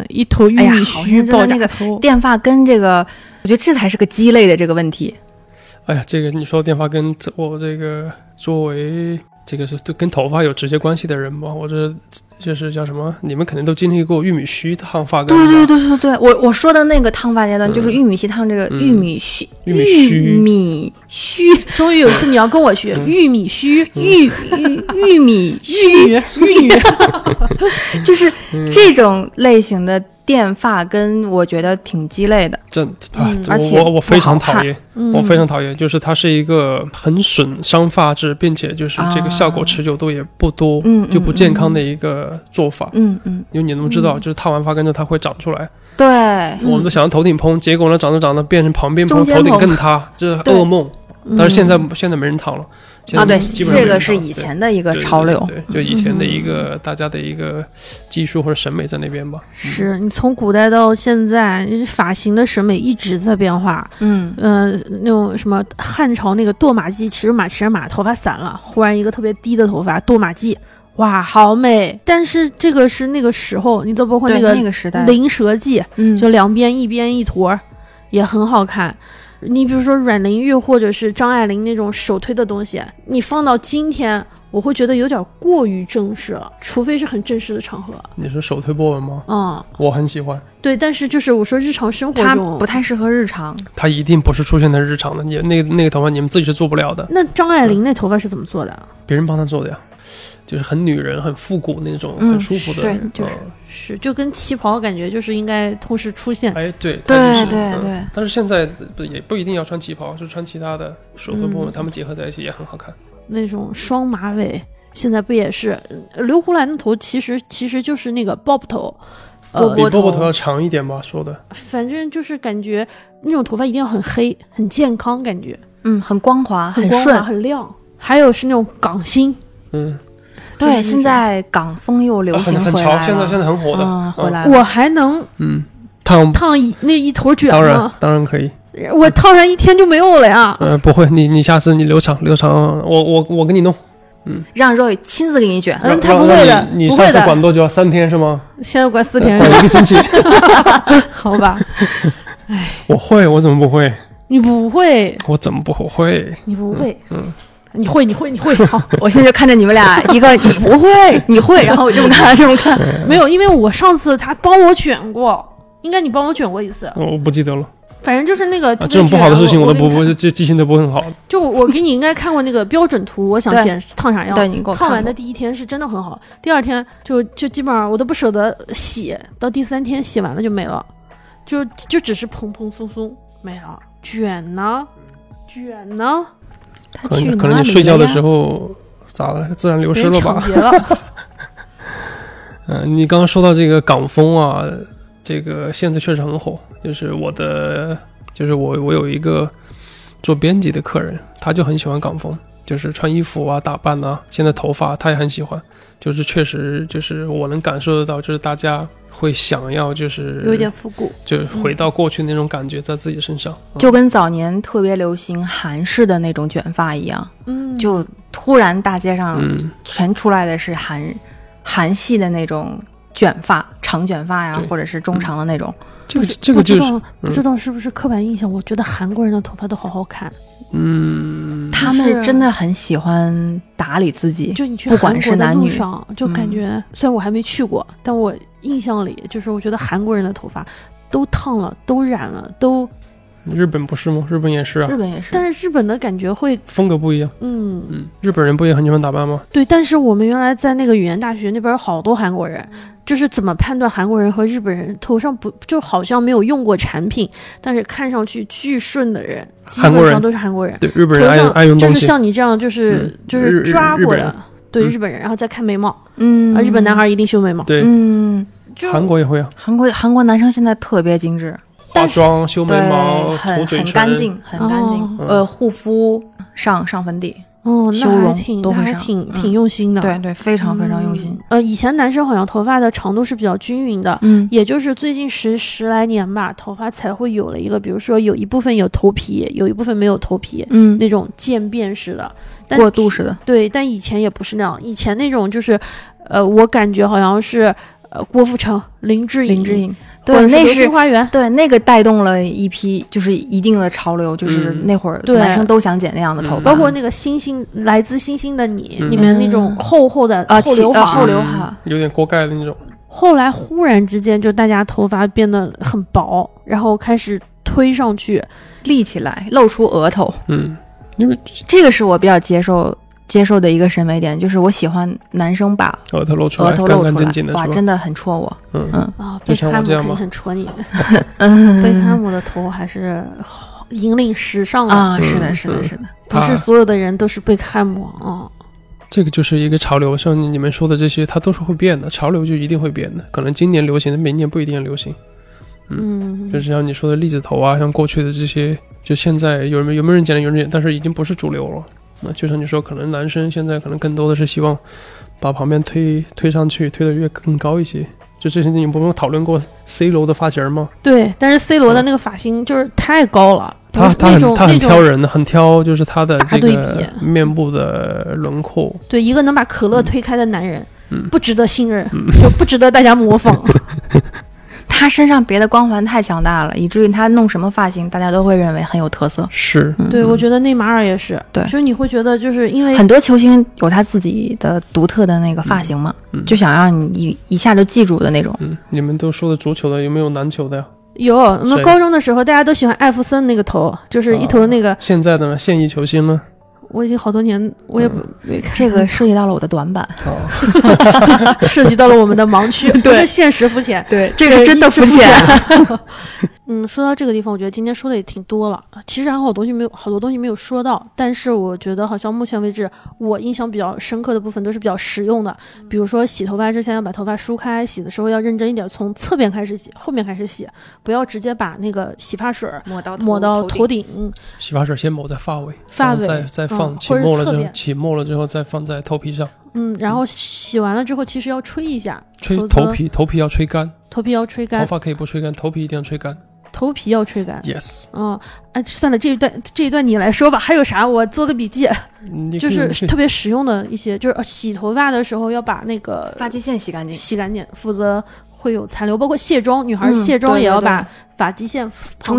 B: 一头玉
A: 哎呀
B: 米
A: 好
B: 须
A: 像真的
B: 爆
A: 那
B: 炸
A: 个
B: 头。
A: 电发根这个，我觉得这才是个鸡肋的这个问题。
C: 哎呀，这个你说电发根，这我这个作为这个是对跟头发有直接关系的人吧，我这就是叫什么？你们肯定都经历过玉米须烫发根吧，
A: 对对对，我我说的那个烫发阶段就是玉米须烫这个
C: 嗯
A: 玉米须，
C: 玉米须
A: 玉米须，
B: 终于有一次你要跟我学
C: 嗯
B: 玉米须、
A: 玉玉玉米
B: 玉女、玉女，
A: 就是
C: 嗯
A: 这种类型的电发根，我觉得挺鸡肋的。
C: 这啊
B: 嗯，
A: 而且
C: 我我我非常
A: 不好看嗯
C: 讨厌，我非常讨厌，就是它是一个很损伤发质，并且就是这个效果持久度也不多，
A: 啊嗯
C: 就不健康的
A: 嗯
C: 一个做法。
A: 嗯嗯，
C: 因为你能知道，就是烫完发根之后它会长出来，
A: 对，
C: 我们都想要头顶蓬，结果呢长着长着变成旁边
A: 中
C: 蓬，
A: 间
C: 头顶
A: 蓬
C: 更塌，这是
A: 对
C: 噩梦。
B: 嗯。
C: 但是现在现在没人烫了，现在
A: 啊对，
C: 基本
A: 这
C: 上没
A: 个
C: 人烫
A: 是
C: 了
A: 以
C: 对
A: 前的一个
C: 对对
A: 潮
C: 对
A: 流。嗯
C: 对就以前的一个大家的一个技术或者审美在那边吧。
B: 是你从古代到现在，发型的审美一直在变化。
A: 嗯，
B: 嗯、那种什么汉朝那个堕马髻，骑着马骑着马，头发散了，忽然一个特别低的头发堕马髻，哇，好美！但是这个是那个时候，你就包括
A: 对，
B: 个
A: 那个时代，
B: 灵蛇髻，
A: 嗯，
B: 就两边一边一坨儿，也很好看。你比如说阮玲玉或者是张爱玲那种手推的东西，你放到今天，我会觉得有点过于正式了，除非是很正式的场合。
C: 你说手推波纹吗？
B: 嗯，
C: 我很喜欢，
B: 对，但是就是我说日常生活
A: 它
B: 中
A: 不，太适合日常。
C: 它一定不是出现在日常的，你那个那个头发你们自己是做不了的，
B: 那张爱玲那头发是怎么做的？啊
C: 别人帮她做的呀，就是很女人、很复古那种，
A: 嗯
C: 很舒服的。
A: 对就是
C: 嗯
B: 是就跟旗袍感觉就是应该同时出现。
C: 哎，对，它
A: 对
C: 就是
A: 对
C: 嗯
A: 对
C: 但是现在不也不一定要穿旗袍，就穿其他的手推波纹，
B: 嗯
C: 他们结合在一起也很好看。
B: 那种双马尾，现在不也是呃刘胡兰的头？其实其实就是那个 bob 头，呃
C: 比，
A: 波
C: 波波
A: 头
C: 头要长一点吧，说的。
B: 反正就是感觉那种头发一定要很黑，很健康，感觉
A: 嗯，很光滑，
B: 很光滑
A: 顺。
B: 很亮。还有是那种港星，
C: 嗯，
B: 就是那
A: 对，
B: 种
A: 现在港风又流
C: 啊很
A: 行回
C: 很
A: 来
C: 潮，
A: 了，
C: 现在现在很火的，
A: 嗯，回来了。
B: 我还能
C: 嗯，烫
B: 烫一那一头卷
C: 当然
B: 吗？
C: 当然可以，
B: 我烫上一天就没有了呀。
C: 呃，不会，你你下次你留长留长，我我我给你弄。
A: 让 Roy 亲自给你卷，
B: 嗯，
C: 让
B: 他不
C: 让
B: 会的
C: 让，你
B: 不会
C: 你上次
B: 的。
C: 管多久啊？三天是吗？
B: 现在管四天
C: 管，一个 星期。呃
B: 好吧？
C: 我会，我怎么不会？
B: 你不会，
C: 我怎么不会？
B: 你不会，
C: 嗯，
B: 你会，你会，你 会。好，
A: 我现在就看着你们 俩，一个你不会，你会，然后我这么看，这么 看，
B: 没有，因为我上次他帮我卷过，应该你帮我卷过一次，
C: 我我不记得了。
B: 反正就是那个
C: 啊，
B: 特别
C: 这种不好的
B: 卷
C: 事情
B: 我
C: 我都
B: 给
C: 不
B: 你
C: 不
B: 看
C: 记记性都不会很好。
B: 就我给你应该看过那个标准图，我想
A: 对
B: 剪烫啥样。
A: 对你给我
B: 烫
A: 看
B: 完
A: 过
B: 的第一天是真的很好，第二天就就基本上我都不舍得洗，到第三天洗完了就没了，就就只是蓬蓬松松没了。卷呢，卷呢，
A: 他
C: 可
A: 去
C: 能可能你睡觉的时候咋了？自然流
B: 被
C: 失
B: 人
C: 了
B: 抢
C: 吧？
B: 劫了。
C: 嗯、你刚刚说到这个港风啊，这个现在确实很火。就是我的，就是我我有一个做编辑的客人，他就很喜欢港风，就是穿衣服啊、打扮啊，现在头发他也很喜欢。就是确实，就是我能感受得到，就是大家会想要，就是
B: 有一点复古，
C: 就回到过去那种感觉在自己身上。
A: 就跟早年特别流行韩式的那种卷发一样，
B: 嗯，
A: 就突然大街上
C: 嗯，
A: 全出来的是韩、韩系的那种卷发，长卷发呀
C: 对，
A: 或者是中长的那种。
B: 不
C: 这个
B: 知
C: 这个就
B: 不
C: 是嗯
B: 知道不知道是不是刻板印象？我觉得韩国人的头发都好好看，
C: 嗯，
A: 他
B: 是
A: 们真的很喜欢打理自己，
B: 就你去
A: 不
B: 韩
A: 管是
B: 国的
A: 男
B: 路
A: 女
B: 上，就感
A: 嗯
B: 觉、虽然我还没去过，但我印象里就是我觉得韩国人的头发都烫了，都染了，都，
C: 日本不是吗？日本也是啊
A: 日，本也是。
B: 但是日本的感觉会，
C: 风格不一样。
B: 嗯，
C: 嗯，日本人不也很喜欢打扮吗？
B: 对。但是我们原来在那个语言大学那边有好多韩国人，
C: 嗯
B: 就是怎么判断韩国人和日本人头上不就好像没有用过产品，但是看上去巨顺的人，基
C: 韩国
B: 本
C: 人
B: 上都是韩国人。
C: 对，日本
B: 头
C: 人爱用
B: 上
C: 爱用
B: 就
C: 东
B: 是
C: 西。
B: 像你这样，就是、
C: 嗯
B: 就
C: 日
B: 是
C: 日
B: 抓
C: 日
B: 过
C: 本
B: 的
C: 人，
B: 对
C: 嗯
B: 日本人，然后再看眉毛
A: 嗯
B: 啊，日本男，孩一定修眉毛，
C: 对，
A: 嗯，
B: 就
C: 韩国也会啊，
A: 韩国韩国男生现在特别精致，
C: 化
B: 但是
C: 妆、修眉毛、
A: 对，
C: 涂
A: 很
C: 嘴唇，嗯
A: 很干净，很干净。
B: 哦
A: 呃，护肤上上粉底，
B: 哦，那
A: 修
B: 还
A: 容
B: 挺
A: 都
B: 那
A: 会
B: 还
A: 上
B: 挺
A: 嗯
B: 挺用心的，
A: 对对，非常非常用心
B: 嗯。。呃，以前男生好像头发的长度是比较均匀的。
A: 嗯，
B: 也就是最近十十来年吧，头发才会有了一个，比如说有一部分有头皮，有一部分没有头皮，
A: 嗯，
B: 那种渐变式的，但
A: 过渡式的，
B: 对，但以前也不是那样，以前那种就是，呃，我感觉好像是，呃，郭富城、林志颖、
A: 林志颖，
B: 或者
A: 对，那
B: 流星
A: 是
B: 花园，
A: 对那个带动了一批，就是一定的潮流，就是
C: 嗯
A: 那会儿
B: 对
A: 男生都想剪那样的头
C: 嗯
A: 发，
B: 包括那个《星星来自星星的你》里
C: 嗯
B: 面那种
A: 嗯
B: 厚厚的
A: 啊
B: 后
A: 起
B: 刘海
A: 呃
B: 儿，
A: 后刘海
C: 有点锅盖的那种。
B: 后来忽然之间，就大家头发变得很薄，然后开始推上去，
A: 立起来，露出额头，
C: 嗯，因为
A: 这个是我比较接受接受的一个审美点，就是我喜欢男生把
C: 额头露出
A: 额
C: 来，
A: 头
C: 干
A: 露
C: 干
A: 出
C: 净
A: 来
C: 净，的
A: 哇，
C: 是吧？
A: 真的很戳我。
C: 嗯，
A: 嗯
B: 啊，贝
C: 就
B: 克
C: 像我
B: 汉姆
C: 这样
B: 肯定
C: 吗
B: 很戳你。贝克汉
A: 嗯
B: 姆的头还是引领时尚的，
A: 啊，是的，
C: 嗯
A: 是的，
C: 嗯
A: 是的，
B: 不
C: 他
B: 是所有的人都是贝克汉姆啊。
C: 这个就是一个潮流，像你你们说的这些，它都是会变的，潮流就一定会变的，可能今年流行的，明年不一定流行。
B: 嗯，
C: 就是像你说的栗子头啊，像过去的这些，就现在有没有没有人剪了，有人剪，但是已经不是主流了。那就像你说，可能男生现在可能更多的是希望把旁边推推上去，推得越更高一些。就之前你们不用讨论过 C 罗的发型吗？
B: 对，但是 C 罗的那个发型就是太高了，
C: 他
B: 不
C: 他
B: 是那
C: 很
B: 种
C: 他
B: 那
C: 很挑
B: 种
C: 人的，很挑就是他的
B: 大
C: 这
B: 对
C: 个
B: 比
C: 面部的轮廓。
B: 对一个能把可乐推开的男人
C: 嗯，
B: 不值得 信任，就不值得大家模 仿。
A: 他身上别的光环太强大了，以至于他弄什么发型，大家都会认为很有特色。
C: 是，
A: 嗯、
B: 对，我觉得内马尔也是，
A: 对
B: 就是你会觉得就是因为
A: 很多球星有他自己的独特的那个发型嘛，
C: 嗯嗯
A: 就想让你一一下就记住的那种。
C: 嗯，你们都说的足球的，有没有篮球的呀？
B: 有，我们
C: 谁
B: 高中的时候大家都喜欢艾弗森那个头，
C: 啊
B: 就是一头那个，
C: 现在的呢，现役 球星呢？
B: 我已经好多年我也不、
A: 嗯
B: 没看
A: 这个涉及到了我的短 板，
C: 啊，
B: 啊涉及到了我们的 盲区，
A: 对
B: 不是现实肤浅。
A: 对，这个真的肤
B: 一
A: 浅。
B: 嗯，说到这个地方，我觉得今天说的也挺多了。其实还有好东西没有，好多东西没有说到，但是我觉得好像目前为止，我印象比较深刻的部分都是比较实用的，
A: 嗯
B: 比如说洗头发之前要把头发梳开，洗的时候要认真一点，从侧边开始洗，后面开始洗，不要直接把那个洗发水儿
A: 抹到
B: 抹到头
A: 头顶，
B: 顶。嗯
C: 洗发水先抹在发尾，
B: 发
C: 然后
B: 尾
C: 再再
B: 嗯
C: 放
B: 或
C: 起
B: 者
C: 沫了
B: 侧
C: 之后
B: 面，
C: 起沫了之后再放在头皮上。
B: 嗯，然后洗完了之后，其实要吹一下，
C: 吹
B: 否则
C: 头，皮，头皮要吹干，
B: 头皮要吹
C: 头
B: 干，
C: 发可以不吹干，头皮一定要吹干。
B: 头皮要吹干。
C: Yes，
B: 嗯，哎，算了，这一段这一段你来说吧。还有啥？我做个笔记，
C: 你可
B: 就
C: 以
B: 是
C: 你可以
B: 特别实用的一些，就是呃洗头发的时候要把那个
A: 发际线洗干净。
B: 洗干净，否则会有残留。包括卸妆，女孩
A: 嗯
B: 卸妆
A: 对
B: 也要
A: 对
B: 把发际线旁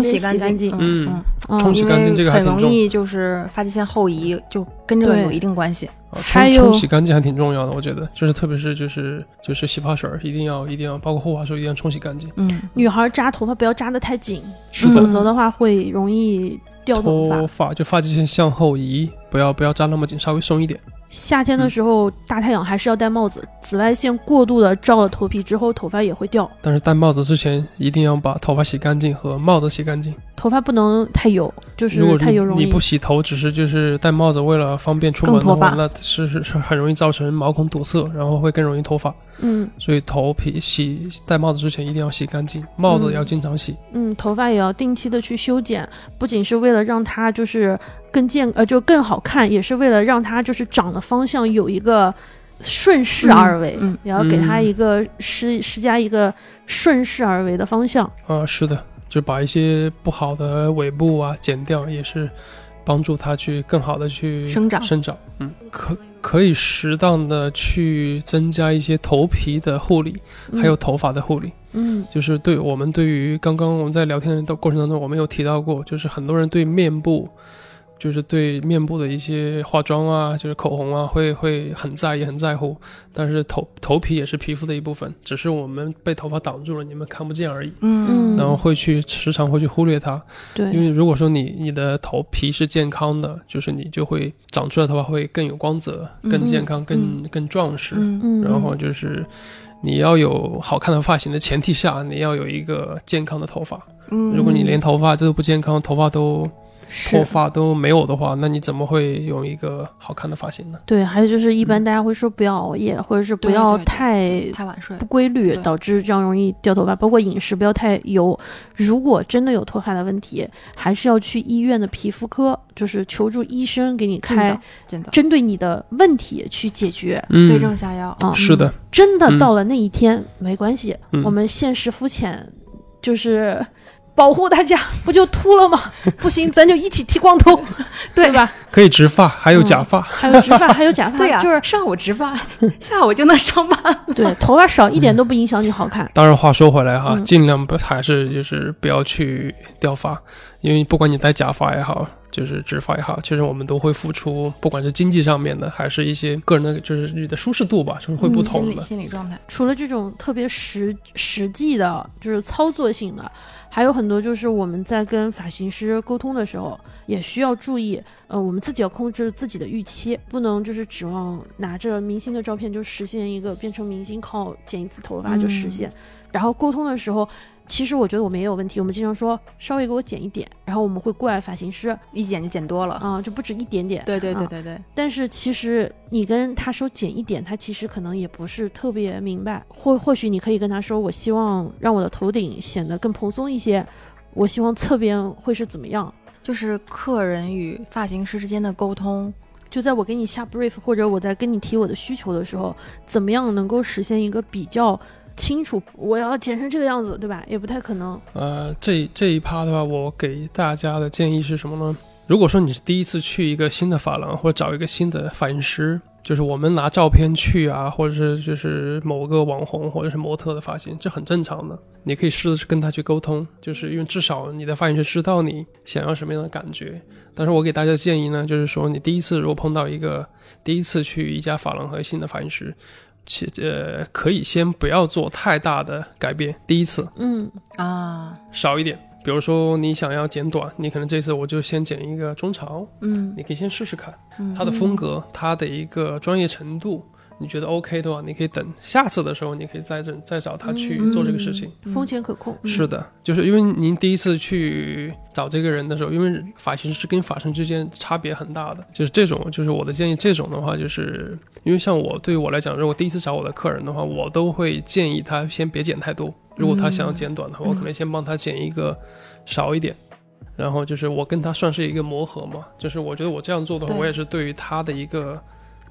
A: 冲
B: 边
A: 洗
B: 洗
A: 干净，
B: 净。
C: 嗯
A: 嗯，
B: 嗯
C: 冲洗
A: 因
C: 干净这
A: 为
C: 个还
A: 很
C: 挺
A: 容
C: 重
A: 易就是发际线后移，就跟这个
B: 对
A: 有一定关系。
C: 啊，
B: 还
C: 冲冲
B: 有
C: 洗干净还挺重要的，我觉得，就是特别是就是就是洗发水儿一定要一定要，包括护发水一定要冲洗干净。
A: 嗯，
B: 女孩扎头发不要扎得太紧，
C: 是
A: 的
B: 否则的话会容易掉头发
C: 脱。发就发际线向后移，不要不要扎那么紧，稍微松一点。
B: 夏天的
C: 嗯
B: 时候，大太阳还是要戴帽子，紫外线过度的照了头皮之后，头发也会掉，
C: 但是戴帽子之前一定要把头发洗干净和帽子洗干净。
B: 头发不能太油，就
C: 如
B: 是
C: 果
B: 太油容
C: 你
B: 易
C: 你不洗头，只是就是戴帽子为了方便出门的
A: 更脱
C: 话
A: 发，
C: 那是是是很容易造成毛孔堵塞，然后会更容易脱发。
B: 嗯
C: 所以头皮洗戴帽子之前一定要洗干净，帽子
B: 嗯
C: 要经常洗。
B: 嗯，头发也要定期的去修剪，不仅是为了让它就是更健呃就更好看，也是为了让它就是长的方向有一个顺势而为，
A: 嗯嗯
B: 也要给它一个施施加一个顺势而为的方向。
C: 啊、是的，就把一些不好的尾部啊剪掉，也是帮助它去更好的去
A: 生长
C: 生长，嗯，可可以适当的去增加一些头皮的护理，
B: 嗯
C: 还有头发的护理。
B: 嗯
C: 就是对我们对于刚刚我们在聊天的过程当中，我们有提到过，就是很多人对面部。就是对面部的一些化妆啊，就是口红啊，会会很在意、很在乎。但是头头皮也是皮肤的一部分，只是我们被头发挡住了，你们看不见而已。
A: 嗯
B: 嗯
C: 然后会去时常会去忽略它，因
B: 对
C: 为如果说你你的头皮是健康的，就是你就会长出来的头发会更有光泽、更健康、更更壮实。
A: 嗯
B: 嗯，
C: 然后就是你要有好看的发型的前提下，你要有一个健康的头发。
A: 嗯，
C: 如果你连头发都不健康，头发都脱
B: 是
C: 发都没有的话，那你怎么会有一个好看的发型呢？
B: 对，还有就是一般
C: 嗯
B: 大家会说不要熬夜，或者是不
A: 对
B: 要
A: 对对
B: 太
A: 太晚睡
B: 不，规律，
A: 对
B: 导致这样容易掉头发，包括饮食不要太油。如果真的有脱发的问题，还是要去医院的皮肤科，就是求助医生给你
A: 尽早
B: 开
A: 真的
B: 针对你的问题去解决。
A: 对
C: 嗯
A: 症下药。
B: 啊、
C: 是的，
B: 真的
C: 嗯
B: 到了那一天、没关系，
C: 嗯
B: 我们现实肤浅，就是保护大家，不就秃了吗？不行，咱就一起剃光头，对吧？
C: 可以植发，还有
B: 嗯
C: 假发。
B: 还有植发，还有假发，
A: 对呀，
B: 就是
A: 上午植发，下午就能上班。
B: 对头发少一
C: 嗯
B: 点都不影响你好看。
C: 当然，话说回来哈，
B: 嗯
C: 尽量不还是就是不要去掉发，因为不管你戴假发也好，就是植发也好，其实我们都会付出，不管是经济上面的，还是一些个人的，就是你的舒适度吧，就是会不
A: 心
B: 嗯
C: 同
A: 理
C: 的。
A: 心理状态，
B: 除了这种特别实实际的，就是操作性的，还有很多就是我们在跟发型师沟通的时候，也需要注意，呃，我们自己要控制自己的预期，不能就是指望拿着明星的照片就实现一个变成明星，靠剪一次头发就实现。然后沟通的时候，其实我觉得我们也有问题，我们经常说稍微给我剪一点，然后我们会怪发型师，
A: 一剪就剪多了。
B: 啊、就不止一点点。
A: 对对对
B: 啊
A: 对对，
B: 但是其实你跟他说减一点，他其实可能也不是特别明白，或或许你可以跟他说，我希望让我的头顶显得更蓬松一些，我希望侧边会是怎么样。
A: 就是客人与发型师之间的沟通，
B: 就在我给你下 brief 或者我在跟你提我的需求的时候，怎么样能够实现一个比较清楚？我要剪成这个样子，对吧？也不太可能。
C: 呃，这这一趴的话，我给大家的建议是什么呢？如果说你是第一次去一个新的发廊，或者找一个新的发型师，就是我们拿照片去啊，或者是就是某个网红或者是模特的发型，这很正常的。你可以试着跟他去沟通，就是因为至少你的发型师知道你想要什么样的感觉。但是我给大家的建议呢，就是说你第一次如果碰到一个第一次去一家发廊和新的发型师，其呃可以先不要做太大的改变，第一次。
B: 嗯
A: 啊，
C: 少一点。比如说你想要剪短，你可能这次我就先剪一个中长，
A: 嗯
C: 你可以先试试看
A: 嗯
C: 它的风格、它的一个专业程度。你觉得 OK 的话，你可以等下次的时候，你可以再整再找他去做这个事情。
A: 嗯
B: 风险可控。嗯
C: 是的，就是因为您第一次去找这个人的时候，因为发型师跟发型之间差别很大的，就是这种，就是我的建议，这种的话，就是因为像我对于我来讲，如果第一次找我的客人的话，我都会建议他先别剪太多。如果他想要剪短的话，我可能先帮他剪一个少一点，
B: 嗯
C: 然后就是我跟他算是一个磨合嘛，就是我觉得我这样做的话，
A: 对
C: 我也是对于他的一个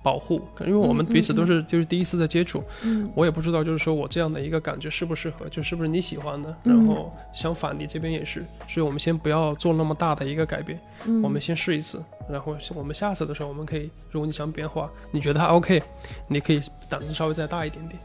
C: 保护，因为我们
B: 嗯
C: 彼此
B: 嗯
C: 都是就是第一次的接触，
B: 嗯
C: 我也不知道就是说我这样的一个感觉适不适合，就是不是你喜欢的。
B: 嗯
C: 然后相反，你这边也是，所以我们先不要做那么大的一个改变，
B: 嗯，
C: 我们先试一次，然后我们下次的时候我们可以，如果你想变化，你觉得还 OK，你可以胆子稍微再大一点点，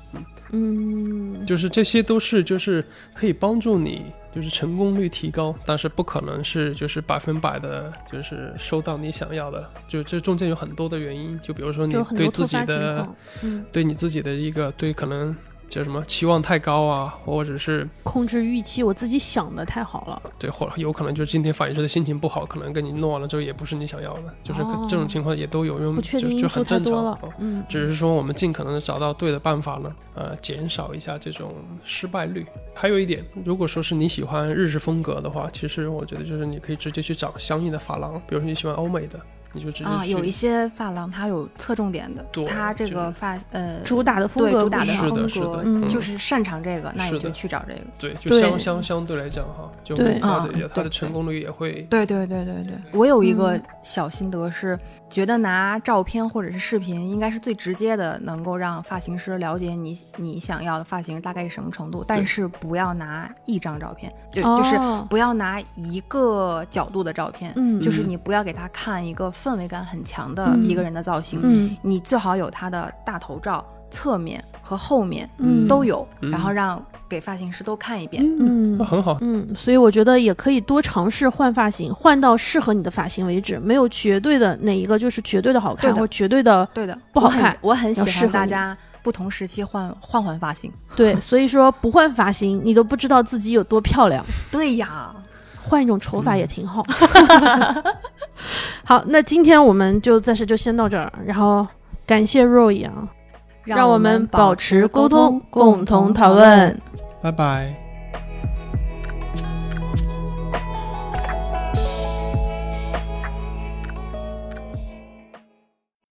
C: 嗯。
B: 嗯
C: 就是这些都是就是可以帮助你就是成功率提高，但是不可能是就是百分百的，就是收到你想要的，就这中间有很多的原因，就比如说你
B: 就很
C: 对
B: 多突
C: 自己
B: 发情
C: 的
B: 况，嗯，
C: 对你自己的一个对可能叫什么期望太高啊，或者是
B: 控制预期，我自己想的太好了，
C: 对或有可能就是今天反映出的心情不好，可能跟你弄完了之后也不是你想要的，就是
B: 哦
C: 这种情况也都有，因
B: 不
C: 为
B: 确
C: 嗯就
B: 定因
C: 就
B: 素
C: 很
B: 太
C: 正
B: 多
C: 常
B: 了
C: 哦，
B: 嗯，
C: 只是说我们尽可能的找到对的办法呢，呃，减少一下这种失败率。还有一点，如果说是你喜欢日式风格的话，其实我觉得就是你可以直接去找相应的发廊，比如说你喜欢欧美的，你就直接去、
A: 啊，有一些发廊它有侧重点的
C: 对，
A: 它这
C: 就是
A: 个发呃
B: 主打的风
A: 对
B: 格
A: 主
B: 不
A: 打
B: 一
A: 的
B: 样
C: 是的
A: 风
C: 是的
A: 格
B: 嗯
A: 就是擅长这个，那
C: 是
A: 你就
C: 的
A: 去找这个。
C: 对，就
B: 对
C: 相相相对来讲哈，就
B: 对
C: 它
A: 啊
C: 的也它
A: 对
C: 的成功率也会
A: 对对对对对，我有一个
B: 嗯
A: 小心得是，觉得拿照片或者是视频应该是最直接的，能够让发型师了解你你想要的发型大概是什么程度，但是不要拿一张照片，对，就是
B: 哦
A: 不要拿一个角度的照片，
B: 嗯
A: 就是你不要给他看一个氛围感很强的
B: 嗯
A: 一个人的造型，
B: 嗯
A: 你最好有他的大头照、侧面和后面
B: 嗯
A: 都有，
C: 嗯
A: 然后让给发型师都看一遍。
B: 嗯
C: 那很好。
B: 嗯，所以我觉得也可以多尝试换发型，换到适合你的发型为止，没有绝对的哪一个就是绝对的好看
A: 对的
B: 或绝对的
A: 对的，
B: 不好
A: 我很
B: 看
A: 我很
B: 要
A: 喜
B: 适
A: 欢
B: 合
A: 大
B: 你
A: 家不同时期换换换发 型。
B: 对，所以说不换发型你都不知道自己有多漂亮，
A: 对呀，
B: 换一种丑法也挺好。 好，那今天我们就暂时就先到这儿，然后感谢若 o 啊，让
A: 我
B: 们
A: 保
B: 保持
A: 沟
B: 沟通，共
A: 同
B: 同讨论。
C: 拜拜。